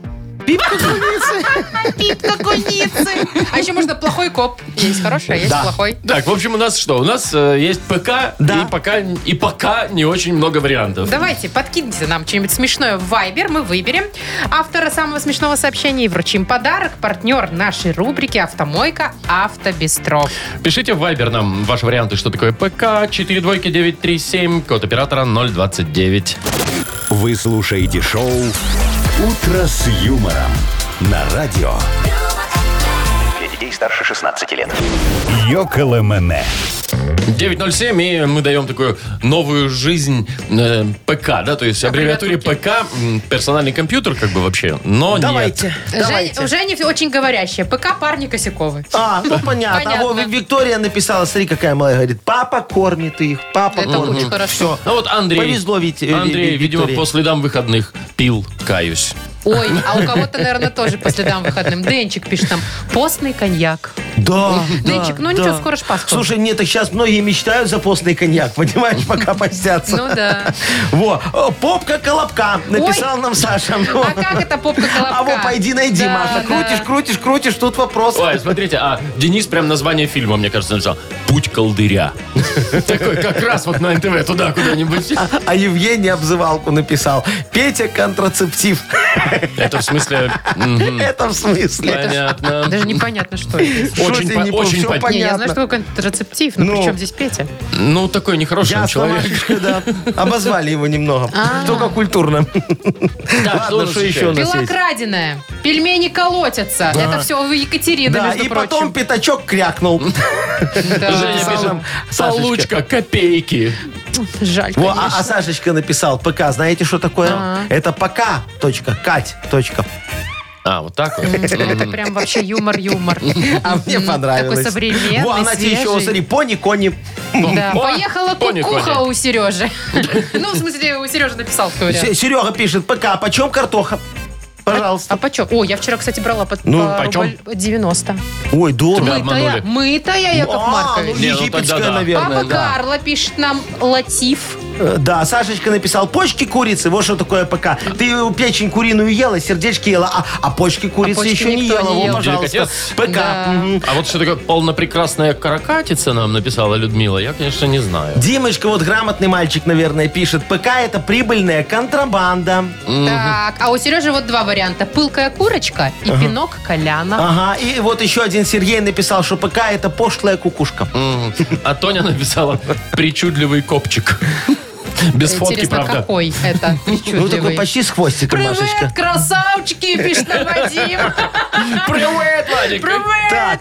А.
Пипка куницы. А еще можно плохой коп. Есть хороший, а есть
Да.
плохой.
Так, в общем, у нас что? У нас э, есть ПК,
Да.
и, пока, и пока не очень много вариантов.
Давайте, подкиньте нам что-нибудь смешное в Viber, мы выберем автора самого смешного сообщения и вручим подарок. Партнер нашей рубрики «Автомойка Автобестро».
Пишите в Viber нам ваши варианты, что такое ПК, 42937, код оператора 029.
Вы слушаете шоу «Утро с юмором» на радио
Для детей старше 16 лет.
«Йоколэмэне».
907, и мы даем такую новую жизнь э, ПК, да, то есть аббревиатуре ПК, м, персональный компьютер как бы вообще, но нет.
Давайте,
Жень,
давайте.
Женя очень говорящая. ПК парни Косяковы.
А, ну понятно.
Понятно.
А вот Виктория написала, смотри, какая малая, говорит, папа кормит их, папа
Это
кормит.
очень хорошо.
Все.
Ну вот Андрей.
Повезло ведь, э,
Андрей,
Ви-
видимо,
Виктории.
по следам выходных пил, каюсь.
Ой, а у кого-то, наверное, тоже по следам выходным. Денчик пишет там «постный коньяк».
Да, да,
Денчик, ну ничего, скоро ж Пасха.
Слушай, мне так сейчас многие мечтают за постный коньяк, понимаешь, пока постятся.
Ну да.
Во, э, попка колобка, написал нам Саша.
А как это попка колобка?
А вот пойди найди,
Да,
Маша.
да.
Крутишь, крутишь, крутишь, тут вопрос.
Ой, смотрите, а Денис прям название фильма, мне кажется, написал. Путь колдыря. Такой как раз вот на НТВ туда куда-нибудь.
А Евгений обзывалку написал. Петя контрацептив.
Это в смысле... мгм,
Это в смысле.
Понятно.
Даже непонятно, что это.
Шо
Очень
ты
по-
не по-
очень
всё
понятно.
Не, я знаю,
понятно.
что такое контрацептив, но
Ну.
при чем здесь Петя?
Ну, такой нехороший он
Ясно,
человек.
Машечка, да. Обозвали его немного.
А.
Только культурно.
Так,
Ладно,
у
что
нас
еще у нас
Пила
есть?
краденая, пельмени колотятся. Это все у Екатерины,
Да,
между
и
прочим.
потом пятачок крякнул.
Да.
Женя пишет,
нам Сашечка.
Получка, копейки.
Жаль,
Во,
конечно.
а, а Сашечка написал ПК. Знаете, что такое?
А.
Это пока. Точка. Кать. Точка.
А, вот так вот.
Это прям вообще юмор-юмор.
А мне
М,
понравилось.
Такой современный,
Во, она тебе еще,
свежий.
вот, смотри, пони, кони.
Да,
О,
поехала
пони,
кукуха
Коня.
у Сережи. Ну, в смысле, у Сережи написал кто
Се- Серега пишет, ПК, почем картоха?
А
Пожалуйста.
почем? А О, я вчера, кстати, брала под
Ну,
по
почем?
рубль 90.
Ой, дорого.
обманули.
Мытая, мытая, Яков
А, ну,
Маркович. А
Не, ну тогда
египетская,
да.
наверное,
Папа
да.
Карла пишет нам Латиф.
Э, Да, Сашечка написал, почки курицы, вот что такое ПК. Ты э, печень куриную ела, сердечки ела, а, а почки курицы
почки
еще не
никто
ела.
не
Вот,
ел.
пожалуйста,
Деликатес.
ПК.
Да.
мгм.
А вот что такое полнопрекрасная каракатица нам написала Людмила, я, конечно, не знаю.
Димочка, вот грамотный мальчик, наверное, пишет, ПК это прибыльная контрабанда.
Так, а у Сережи вот два варианта. Пылкая курочка и пинок коляна.
Ага, и вот еще один Сергей написал, что ПК это пошлая кукушка.
М, А Тоня написала причудливый копчик. Без фотки,
Интересно,
правда.
какой это
Ну, такой
причудливый.
почти с хвостиком, Машечка.
Привет, красавчики, пишет нам Вадим.
Привет, Владик.
Так,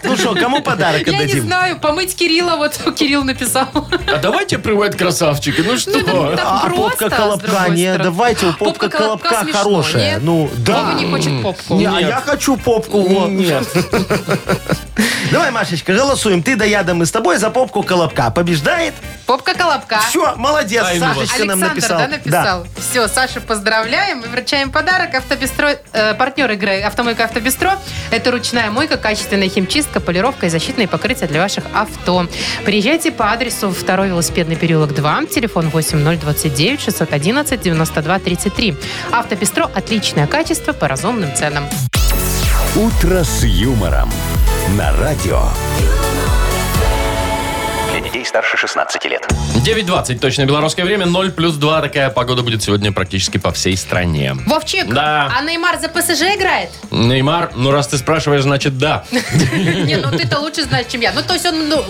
Привет.
ну что, кому подарок
Я не
отдадим?
знаю, помыть Кирилла, вот Кирилл написал.
А давайте привет, красавчики. Ну
Ну, это
что?
так
А
просто,
попка
с
колобка,
другой
не,
стороны.
давайте, у попка колобка
смешно,
хорошая.
нет?
Ну, да.
Вова не хочет попку.
Не, а я хочу попку. Нет. Давай, Машечка, голосуем. Ты да я, да мы с тобой за попку колобка. Побеждает?
Попка колобка.
Все, молодец.
Ай, ну вот.
Сашечка нам
Александр,
написал.
да, написал? Все, Саша, поздравляем и вручаем подарок. Автобестро, э, партнер игры «Автомойка Автобестро» – это ручная мойка, качественная химчистка, полировка и защитные покрытия для ваших авто. Приезжайте по адресу 2 велосипедный переулок 2, телефон 8029 611 92 33. «Автобестро» – отличное качество по разумным ценам.
«Утро с юмором» на радио.
Для детей старше 16 лет.
9.20, точно белорусское время, 0 плюс 2. Такая погода будет сегодня практически по всей стране.
Вовчик,
Да.
а Неймар за ПСЖ играет?
Неймар, ну раз ты спрашиваешь, значит да.
Не, ну ты-то лучше знаешь, чем я. Ну, то есть он ну,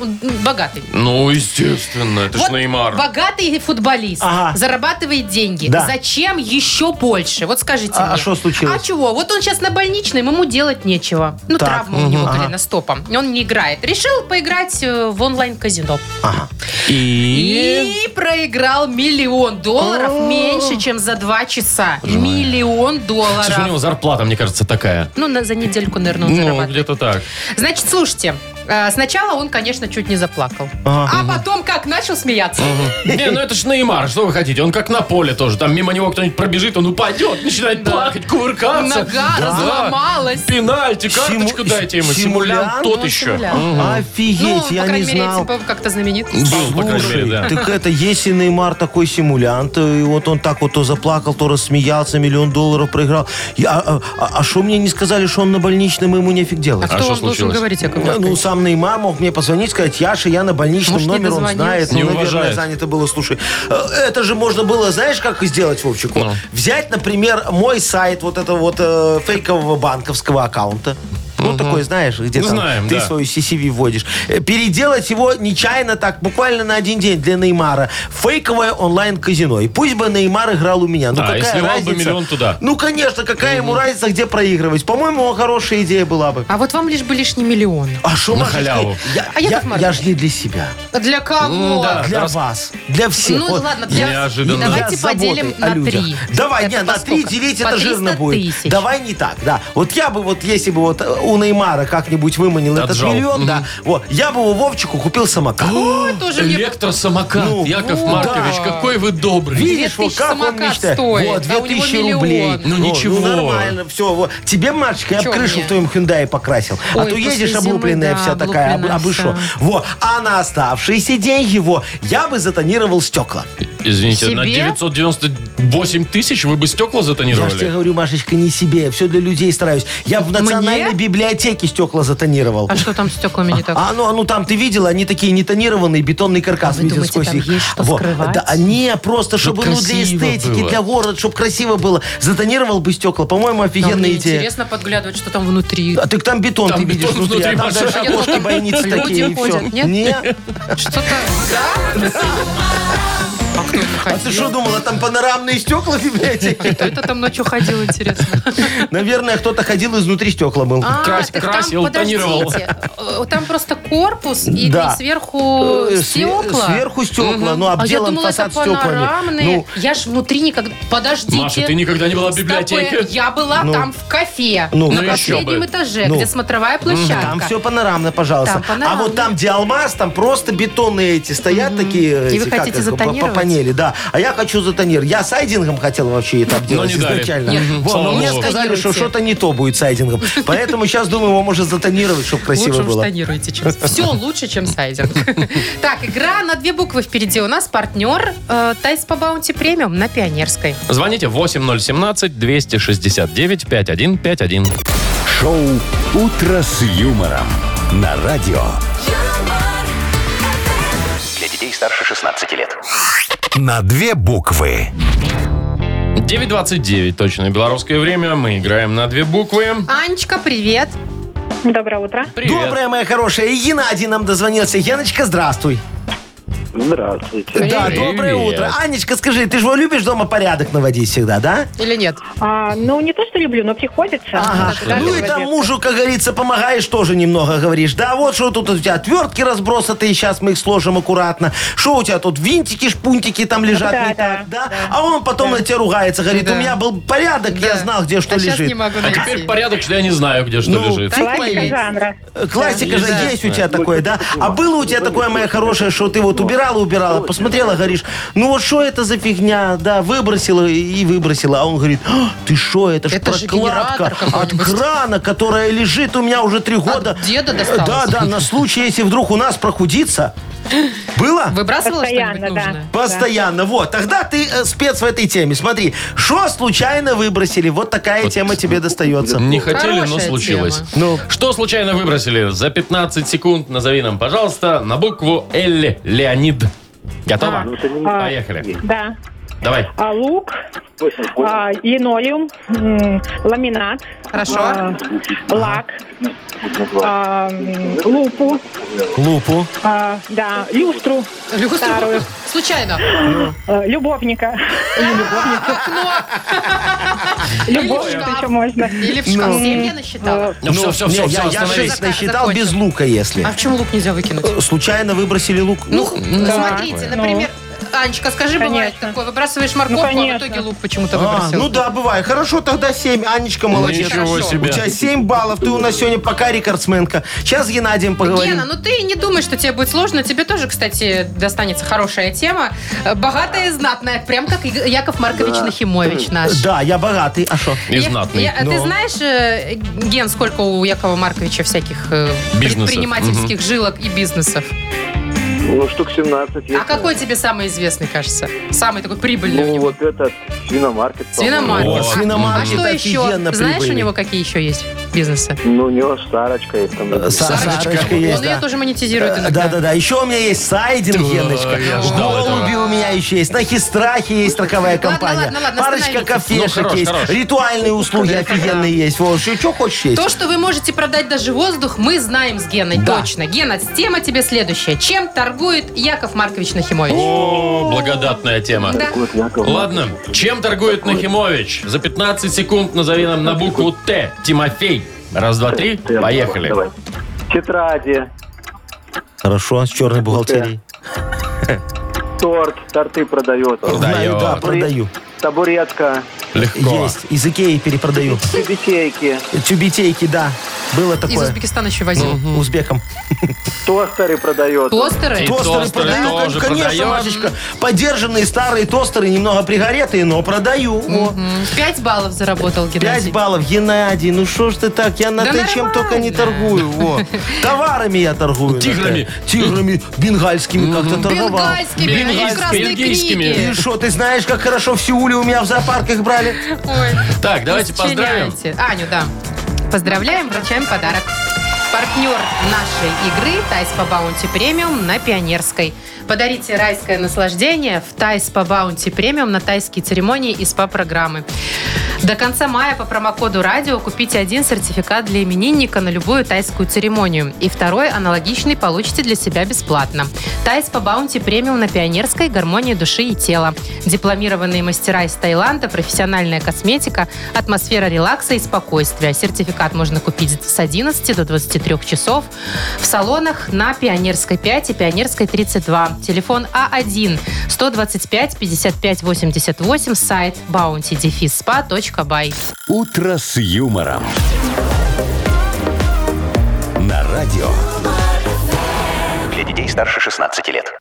богатый.
Ну, естественно, это ж
Вот
Неймар.
Богатый футболист
Ага.
зарабатывает деньги.
Да.
Зачем еще больше? Вот скажите
А- а
мне.
что случилось?
А чего? Вот он сейчас на больничном, ему делать нечего. Ну,
Так,
травма у него колено стопом. И Он не играет. Решил поиграть э, в онлайн-казино.
И...
И проиграл миллион долларов меньше, чем за два часа.
Слушай, у него
Миллион долларов.
зарплата, мне кажется, такая.
Ну, на- за недельку, наверное, он
Ну,
зарабатывает.
где-то так.
Значит, слушайте, Э, Сначала он, конечно, чуть не заплакал.
Ага.
А потом как начал смеяться.
Не, ну это ж Неймар, что вы хотите? Он как на поле тоже. Там мимо него кто-нибудь пробежит, он упадет, начинает плакать, кувыркаться.
Нога
Да.
разломалась.
Пенальти, карточку
Симу-
дайте ему. Симулянт
симулянт?
тот
Ну,
еще.
симулянт.
Офигеть,
Ну, по
я не
крайней мере,
знал.
этим был как-то знаменит.
Был, по крайней мере, да.
Так это, если Неймар такой симулянт, э, и вот он так вот то заплакал, то рассмеялся, миллион долларов проиграл. Я- а- А что мне не сказали, что он на больничном, и ему нефиг
А
делать?
что
кто вам должен
случилось?
говорить, Яков
Ну, ну,
Маркович?
сам Неймар мог мне позвонить, сказать, Яша, я на больничном
Может, не
номер, он
дозвонился.
знает.
Не
ну,
уважает.
наверное, занято было. Слушай, э, это же можно было, знаешь, как сделать, Вовчик?
Ну.
Вот, Взять, например, мой сайт вот этого вот э, фейкового банковского аккаунта. Ну, такой, знаешь, где
Ну,
там
знаем,
ты
да.
свою CCV вводишь. Э, Переделать его нечаянно так, буквально на один день для Неймара. Фейковое онлайн-казино. И пусть бы Неймар играл у меня. Ну,
Да, и
какая
сливал бы
разница?
миллион туда.
Ну, конечно, какая ему разница, где проигрывать? По-моему, хорошая идея была бы.
А вот вам лишь бы лишний миллион.
А что
На
Машечка,
халяву.
Я,
А
я,
Яков Маркович?
я ж не для себя.
Для кого?
да.
Для вас. Для всех.
Ну
Ну, Вот.
ладно, для...
А, Неожиданно.
давайте
Я с заботой
поделим
о
на
людях.
три.
Давай,
Это
не,
по
на три
сколько?
делить
По
это
300
жирно будет.
тысяч.
Давай не так, да. Вот я бы, вот если бы вот э, у Неймара как-нибудь выманил
Отжал.
этот миллион, да, вот, я бы у Вовчику купил самокат.
Ой, тоже мне
Электросамокат.
Ну,
Яков
вот.
Маркович,
Да.
какой вы добрый.
Видишь, вот
2000
как он
самокат
мечтает.
стоит,
вот,
а у него
2000
миллион.
рублей.
Ну,
Вот,
ничего.
нормально, все. Вот. Тебе, Машечка, я
Чё
бы крышу
мне?
в твоем Hyundai покрасил. а
Ой,
то едешь
после
облупленная
зимы,
вся
да,
такая, об-
облупленная
обышо.
вся.
Вот. А на оставшиеся деньги его я бы затонировал стекла.
Извините, на
Себе?
998 тысяч вы бы стекла
Я же тебе
затонировали?
говорю, Машечка, не себе. Я все для людей стараюсь. Я в национальной библиотеке стекла затонировал.
А что там с стеклами не так?
А, ну, а ну там ты видела, они такие нетонированные, бетонный каркас.
А вы
видел
думаете, там есть что скрывать?
Да, а не, просто чтобы, ну, для
красиво
эстетики,
было.
для города, чтобы красиво было. Затонировал бы стекла, по-моему,
Да,
офигенная
мне
идея.
интересно подглядывать, что там внутри.
А так там бетон,
Там
ты видишь
бетон
внутри,
внутри,
а там
Маша.
даже
Я
окошки
думала,
бойницы
люди
такие, и А все.
ходят, нет?
Нет?
Что-то... Да? А кто это
А ты что
ходил?
думала, там панорамные стекла в библиотеке?
Кто это там ночью ходил, интересно?
Наверное, кто-то ходил изнутри стекла
А,
был.
Крась-
так
красил,
там,
тонировал.
подождите, э, Там просто корпус и,
Да.
и сверху
Э, све-
стекла.
Сверху стекла, ну,
а я
обделан
думала, это
фасад стеклами.
панорамные.
Ну,
Я ж внутри никогда... Подождите.
Маша, ты никогда не была в
Стопэ.
библиотеке?
Я была
Ну.
там в кафе.
Ну,
ну
на
еще
последнем
бы.
этаже,
Ну.
где смотровая площадка.
Там все панорамно, пожалуйста.
Там панорамно.
А вот там, где алмаз, там просто бетонные эти стоят такие.
И
эти,
вы
как
хотите
их, по-
затонировать?
По панели, да. А я хочу затонировать. Я сайдингом хотел вообще это обделать
не дали.
изначально.
Нет.
Во,
Слава
но мне
богу.
сказали, что
Тонируйте.
что-то не то будет сайдингом. Поэтому сейчас думаю, его можно затонировать, чтобы красиво
лучше уж
было.
тонируйте, чем... Все лучше, чем сайдинг. Так, игра на две буквы впереди. У нас партнер э, Тайс по Баунти Премиум на Пионерской.
Звоните 8017-269-5151.
Шоу «Утро с юмором» на радио.
Для детей старше 16 лет.
На две буквы.
9.29, точное белорусское время. Мы играем на две буквы.
Анечка, привет.
Доброе утро.
Привет.
Добрая моя хорошая. И Геннадий нам дозвонился. Геночка, здравствуй.
Здравствуйте.
Да,
Привет.
доброе утро. Анечка, скажи, ты же его любишь дома порядок наводить всегда, да?
Или нет?
А, ну, не то, что люблю, но приходится.
А.
Ага.
Да,
Ну и
да,
там
да.
мужу, как говорится, помогаешь тоже немного, говоришь. Да, вот что тут у тебя отвертки разбросаты, сейчас мы их сложим аккуратно. Что у тебя тут винтики, шпунтики там лежат
Да,
не
да,
так, да? А он потом на тебя ругается, говорит,
Да.
у меня был порядок, я знал, где что
а сейчас не
лежит.
могу
А
найти.
теперь порядок, что я не знаю, где что
Ну,
лежит.
так.
Классика
пойми.
жанра.
Э, Классика же
Да.
есть у тебя такое, да? А было у тебя такое, моя хорошая, что ты вот убирала, убирала, посмотрела, говоришь, ну вот что это за фигня, да, выбросила и выбросила. А он говорит, «А, ты что, это ж
Это же
прокладка
генератор
от
какой-нибудь».
крана, которая лежит у меня уже три года. Э,
деда досталось.
Да, да, на случай, если вдруг у нас прохудится. Было?
Выбрасывала
Постоянно,
что-нибудь
да.
нужное?
Постоянно. Вот. Тогда ты э, спец в этой теме. Смотри, что случайно выбросили? Вот такая тема тебе достается.
Не хотели, но
Хорошая
случилось.
тема.
Ну.
Что случайно выбросили? За 15 секунд назови нам, пожалуйста, на букву Л. Леонид. Готово?
А,
Поехали.
Да.
Давай.
А, лук, а, линолеум, м, ламинат,
Хорошо.
а, лак, а, м, лупу,
Лупу.
а, да, люстру,
Люстру?
Старую.
Случайно.
э, любовника. Или любовницу. Любовницу
шкаф.
еще можно.
Или в
Ну.
шкаф. Семь я насчитала.
Ну, все, все, все,
не,
все,
я, я
остановись.
шесть насчитал
Закончим.
без лука, если.
А в чем лук нельзя выкинуть?
Ну,
Случайно выбросили лук?
Ну, смотрите, например, Анечка, скажи, бывает
Ну, Конечно. Ну,
такое. Выбрасываешь морковку, а в
конечно.
итоге лук почему-то
А,
выбросил.
ну да, бывает. Хорошо, тогда 7. Анечка, молодец.
Ну, Ничего
Хорошо.
У
себе.
тебя 7 баллов. Ты у нас сегодня пока рекордсменка. Сейчас с Геннадием поговорим.
Гена, ну ты не думай, что тебе будет сложно. Тебе тоже, кстати, достанется хорошая тема. Э, Богатая и знатная, прям как Я- Яков Маркович Нахимович наш.
Да, я богатый. А что?
И
Я-
знатный.
я- Ты
Ну.
знаешь, э, Ген, сколько у Якова Марковича всяких э,
Бизнесов.
предпринимательских жилок и бизнесов?
Ну, штук 17.
А какой тебе самый известный, кажется? Самый такой прибыльный у
Ну,
него?
вот этот свиномаркет. по-моему.
Свиномаркет.
Вот.
А-
Свиномаркет
А, что еще?
офигенно
Знаешь, у
прибыльный.
него какие еще есть бизнесы?
Ну, у него Сарочка есть там.
Са- Сарочка, есть,
Он ее
да.
тоже монетизирует иногда.
Да, да, да. Еще у меня есть сайдинг,
Да,
Геночка.
я ждал
Голуби у меня еще есть. На хистрахе есть страховая
Ладно,
компания.
ладно, ладно,
Парочка
остановитесь.
Ну,
кафешек
хорош,
есть.
хорош.
Ритуальные услуги офигенные есть. Вот, что хочешь есть.
То, что вы можете продать даже воздух, мы знаем с Геной
Да.
точно. Гена, тема тебе следующая. Чем торгует Яков Маркович Нахимович?
О, благодатная тема.
Да.
Вот Яков
Ладно, чем торгует Нахимович? За 15 секунд назови нам на букву Т. Тимофей. Раз, два, три.
Маркович.
Поехали.
Давай. Тетради,
Хорошо, с черной бухгалтерией.
торт, торты продает. он.
Знаю, да,
Продает.
продаю.
Табуретка,
Легко.
Есть. Из Икеи перепродаю.
тюбетейки,
Тюбетейки, да. Было
Из
такое.
Узбекистана еще возил.
Узбеком.
тостеры продает. он.
Тостеры?
И
Тостеры,
тостеры
продаю,
тоже
кон- конечно,
продаем.
Машечка. Подержанные старые тостеры, немного пригорелые, но продаю. О.
М, Пять баллов заработал Геннадий.
5 баллов, Геннадий, ну что ж ты так, я на
Да
Т чем только не торгую. Во. Товарами я торгую. на Т.
Тиграми.
Тиграми, бенгальскими как-то торговал.
Бенгальскими,
Бенгальскими,
они в красной
бельгийскими.
книге.
И что, ты знаешь, как хорошо в Сеуле у меня в зоопарках брали?
Ой,
Так, давайте поздравим.
расчленяйте. Аню, да. Поздравляем, вручаем подарок. Партнер нашей игры «Тайс по баунти премиум» на Пионерской. Подарите райское наслаждение в «Тайс по баунти премиум» на тайские церемонии и СПА-программы. До конца мая по промокоду «Радио» купите один сертификат для именинника на любую тайскую церемонию. И второй, аналогичный, получите для себя бесплатно. Тайс по баунти премиум на Пионерской гармонии души и тела. Дипломированные мастера из Таиланда, профессиональная косметика, атмосфера релакса и спокойствия. Сертификат можно купить с 11 до 23 часов в салонах на Пионерской 5 и Пионерской 32. Телефон А А1-125-55-88, сайт bountydefisspa.by.
«Утро с юмором». На радио.
Для детей старше 16 лет.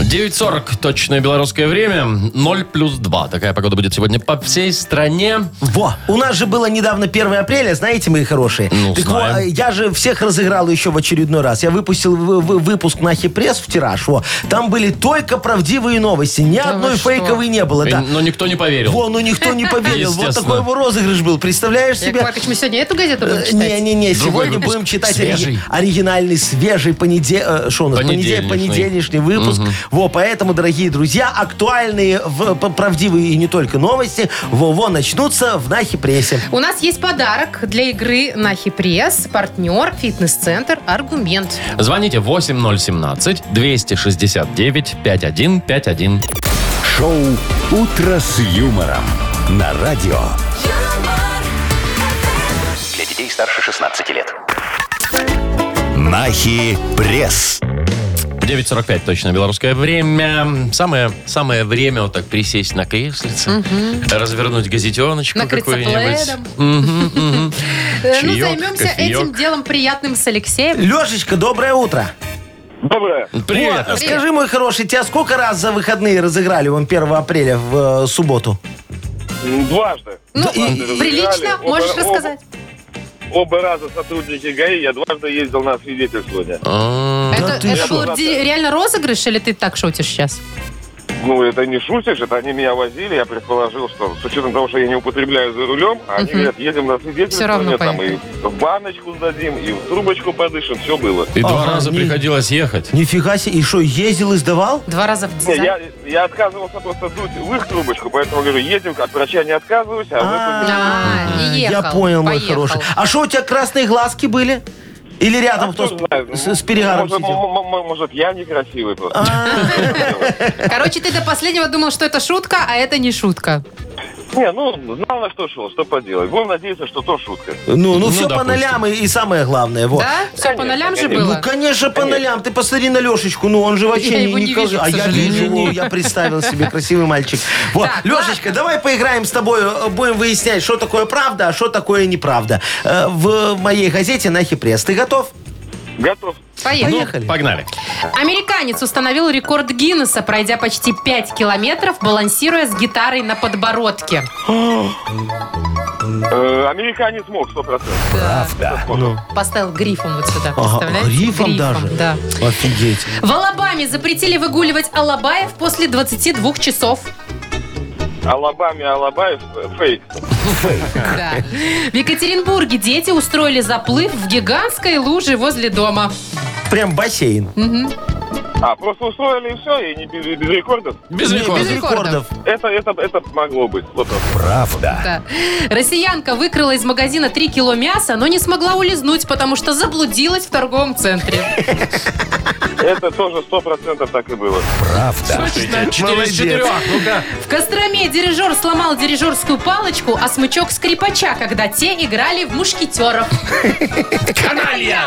9.40, точное белорусское время, 0 плюс 2. Такая погода будет сегодня по всей стране.
Во, у нас же было недавно 1 апреля, знаете, мои хорошие.
Ну,
так
знаем.
вот, я же всех разыграл еще в очередной раз. Я выпустил вы- вы- выпуск на Хипресс в тираж. Во. Там были только правдивые новости. Ни одной
вы что?
фейковой не было.
И-
Да.
Но никто не поверил.
Во, ну никто не поверил. Вот
Естественно.
такой его розыгрыш был. Представляешь
Яков
себе? Э,
Маркович, мы сегодня эту газету будем читать?
Не-не-не,
Другой
сегодня
выпуск.
будем читать
Свежий.
ори- оригинальный, свежий понеде... э, шо у нас? Понеде-
Понедельничный.
понедельничный выпуск. Во, поэтому, дорогие друзья, актуальные, в- п- правдивые и не только новости, во-во, начнутся в Нахи Прессе.
У нас есть подарок для игры на Пресс, партнер, фитнес-центр, аргумент.
Звоните 8017-269-5151.
Шоу «Утро с юмором». На радио.
Для детей старше 16 лет.
Нахи пресс.
9.45 точно белорусское время. Самое, самое время вот так присесть на креслице, развернуть газетеночку
Накрыться
какую-нибудь.
пледом.
Мгм, мгм.
Э, Ну,
Чаек,
займемся
кофеек.
этим делом приятным с Алексеем.
Лешечка, доброе утро.
Доброе.
Привет.
Вот, скажи, мой хороший, тебя сколько раз за выходные разыграли вон 1 апреля в э, субботу?
Дважды.
Ну,
Да и-
прилично,
Оба-
можешь
оба-
рассказать.
Оба раза сотрудники ГАИ, я дважды ездил на свидетельствование.
А,
Да
Это,
ты
это
что?
был де- реально розыгрыш или ты так шутишь сейчас?
Ну, это не шутишь, это они меня возили, я предположил, что с учетом того, что я не употребляю за рулем, а они
Мгм.
говорят, едем на свидетельствование,
Всё равно
там и в баночку сдадим, и в трубочку подышим, все было.
И два
Ага,
раза
не-
приходилось ехать.
Нифига себе, и что, ездил и сдавал?
Два раза в
Не,
день.
я, я отказывался просто дуть в их трубочку, поэтому говорю, едем, от врача не отказываюсь, а,
А, и ехал,
я понял, мой
поехал.
хороший. А что, у тебя красные глазки были? Или рядом
вы
кто
тут...
с,
знает, ну,
с- с перегаром
может,
сидел?
м- м- м- может, я некрасивый просто.
А,
Короче, ты до последнего думал, что это шутка, а это не шутка.
Не, ну, знал на что шел, что поделать. Будем надеяться, что то шутка.
Ну, ну,
Ну,
все по
допустим.
нолям и, и самое главное, вот.
Да? Все по нолям же
Ну,
было? Э,
конечно, по нолям. Ты посмотри на Лешечку. Ну, он же вообще
Я
не,
его не
никого-
вижу, к
А я
сожалению.
вижу его, я представил себе. Красивый мальчик. Вот,
Так, ну, а-
Лешечка, давай поиграем с тобой. э, Будем выяснять, что такое правда, а что такое неправда. Э, В моей газете «Нахи пресс». Ты готов?
Готов.
Поехали.
Поехали.
Погнали.
Американец установил рекорд Гиннесса, пройдя почти 5 километров, балансируя с гитарой на подбородке.
Э, американец мог, сто процентов.
Поставил грифом вот сюда,
Ага,
представляете?
грифом даже?
Да.
Офигеть.
В Алабаме запретили выгуливать алабаев после 22 часов.
Алабами, Алабаев, э, фейк.
Да. В Екатеринбурге дети устроили заплыв в гигантской луже возле дома.
Прям бассейн.
А, просто устроили и все, и не без, без рекордов.
Без
Не,
рекорда.
без рекордов.
Это, это, это могло быть. Вот так.
Да. Россиянка выкрала из магазина 3 кило мяса, но не смогла улизнуть, потому что заблудилась в торговом центре.
Это тоже сто процентов так и было.
Точно. Четыре из
Молодец.
четырех. Ну-ка.
В Костроме дирижер сломал дирижерскую палочку, а смычок скрипача, когда те играли в мушкетеров. Каналья!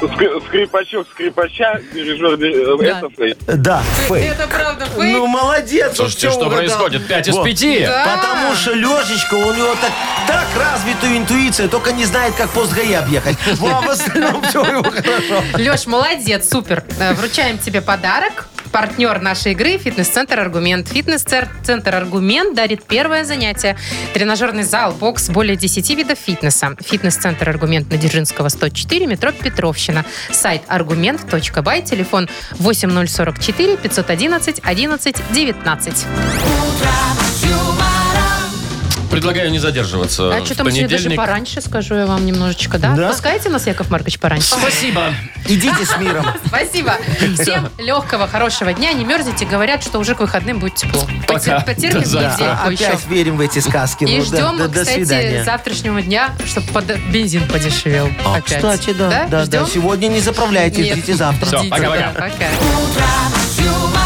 Ск- скрипачок скрипача, дирижер, ди- э,
Да.
это фейк.
Да, фейк.
Это правда фейк?
Ну, молодец.
Слушайте,
он всё
что
угадал.
происходит? Пять из
Вот. А!
пяти.
Потому что Лешечка, у него так, так развитую интуицию, только не знает, как пост ГАИ объехать. Ну, а в остальном все его хорошо.
Леш, молодец, супер. Э, Вручаем тебе подарок. Партнер нашей игры – фитнес-центр «Аргумент». Фитнес-центр «Аргумент» дарит первое занятие. Тренажерный зал, бокс, более 10 видов фитнеса. Фитнес-центр «Аргумент» на Дзержинского, 104, метро Петровщина. Сайт аргумент.бай, телефон 8044 511 11 19.
Предлагаю не задерживаться.
А
в
что там сегодня даже
понедельник.
пораньше, скажу я вам немножечко, да?
Да?
Отпускайте нас, Яков Маркович, пораньше.
Спасибо.
Идите с миром.
Спасибо. Всем легкого, хорошего дня. Не мерзните. Говорят, что уже к выходным будет тепло.
Пока.
Потер- Потерпим
До завтра.
Да,
недельку еще.
опять верим в эти сказки.
И
Ну, да,
ждем,
да, до
кстати,
свидания.
завтрашнего дня, чтобы бензин подешевел.
А,
опять.
Кстати, да, да, да.
Ждем?
Сегодня не заправляйтесь,
Нет.
ждите завтра.
Всё,
Ждите,
пока-пока.
да, пока.
юмором.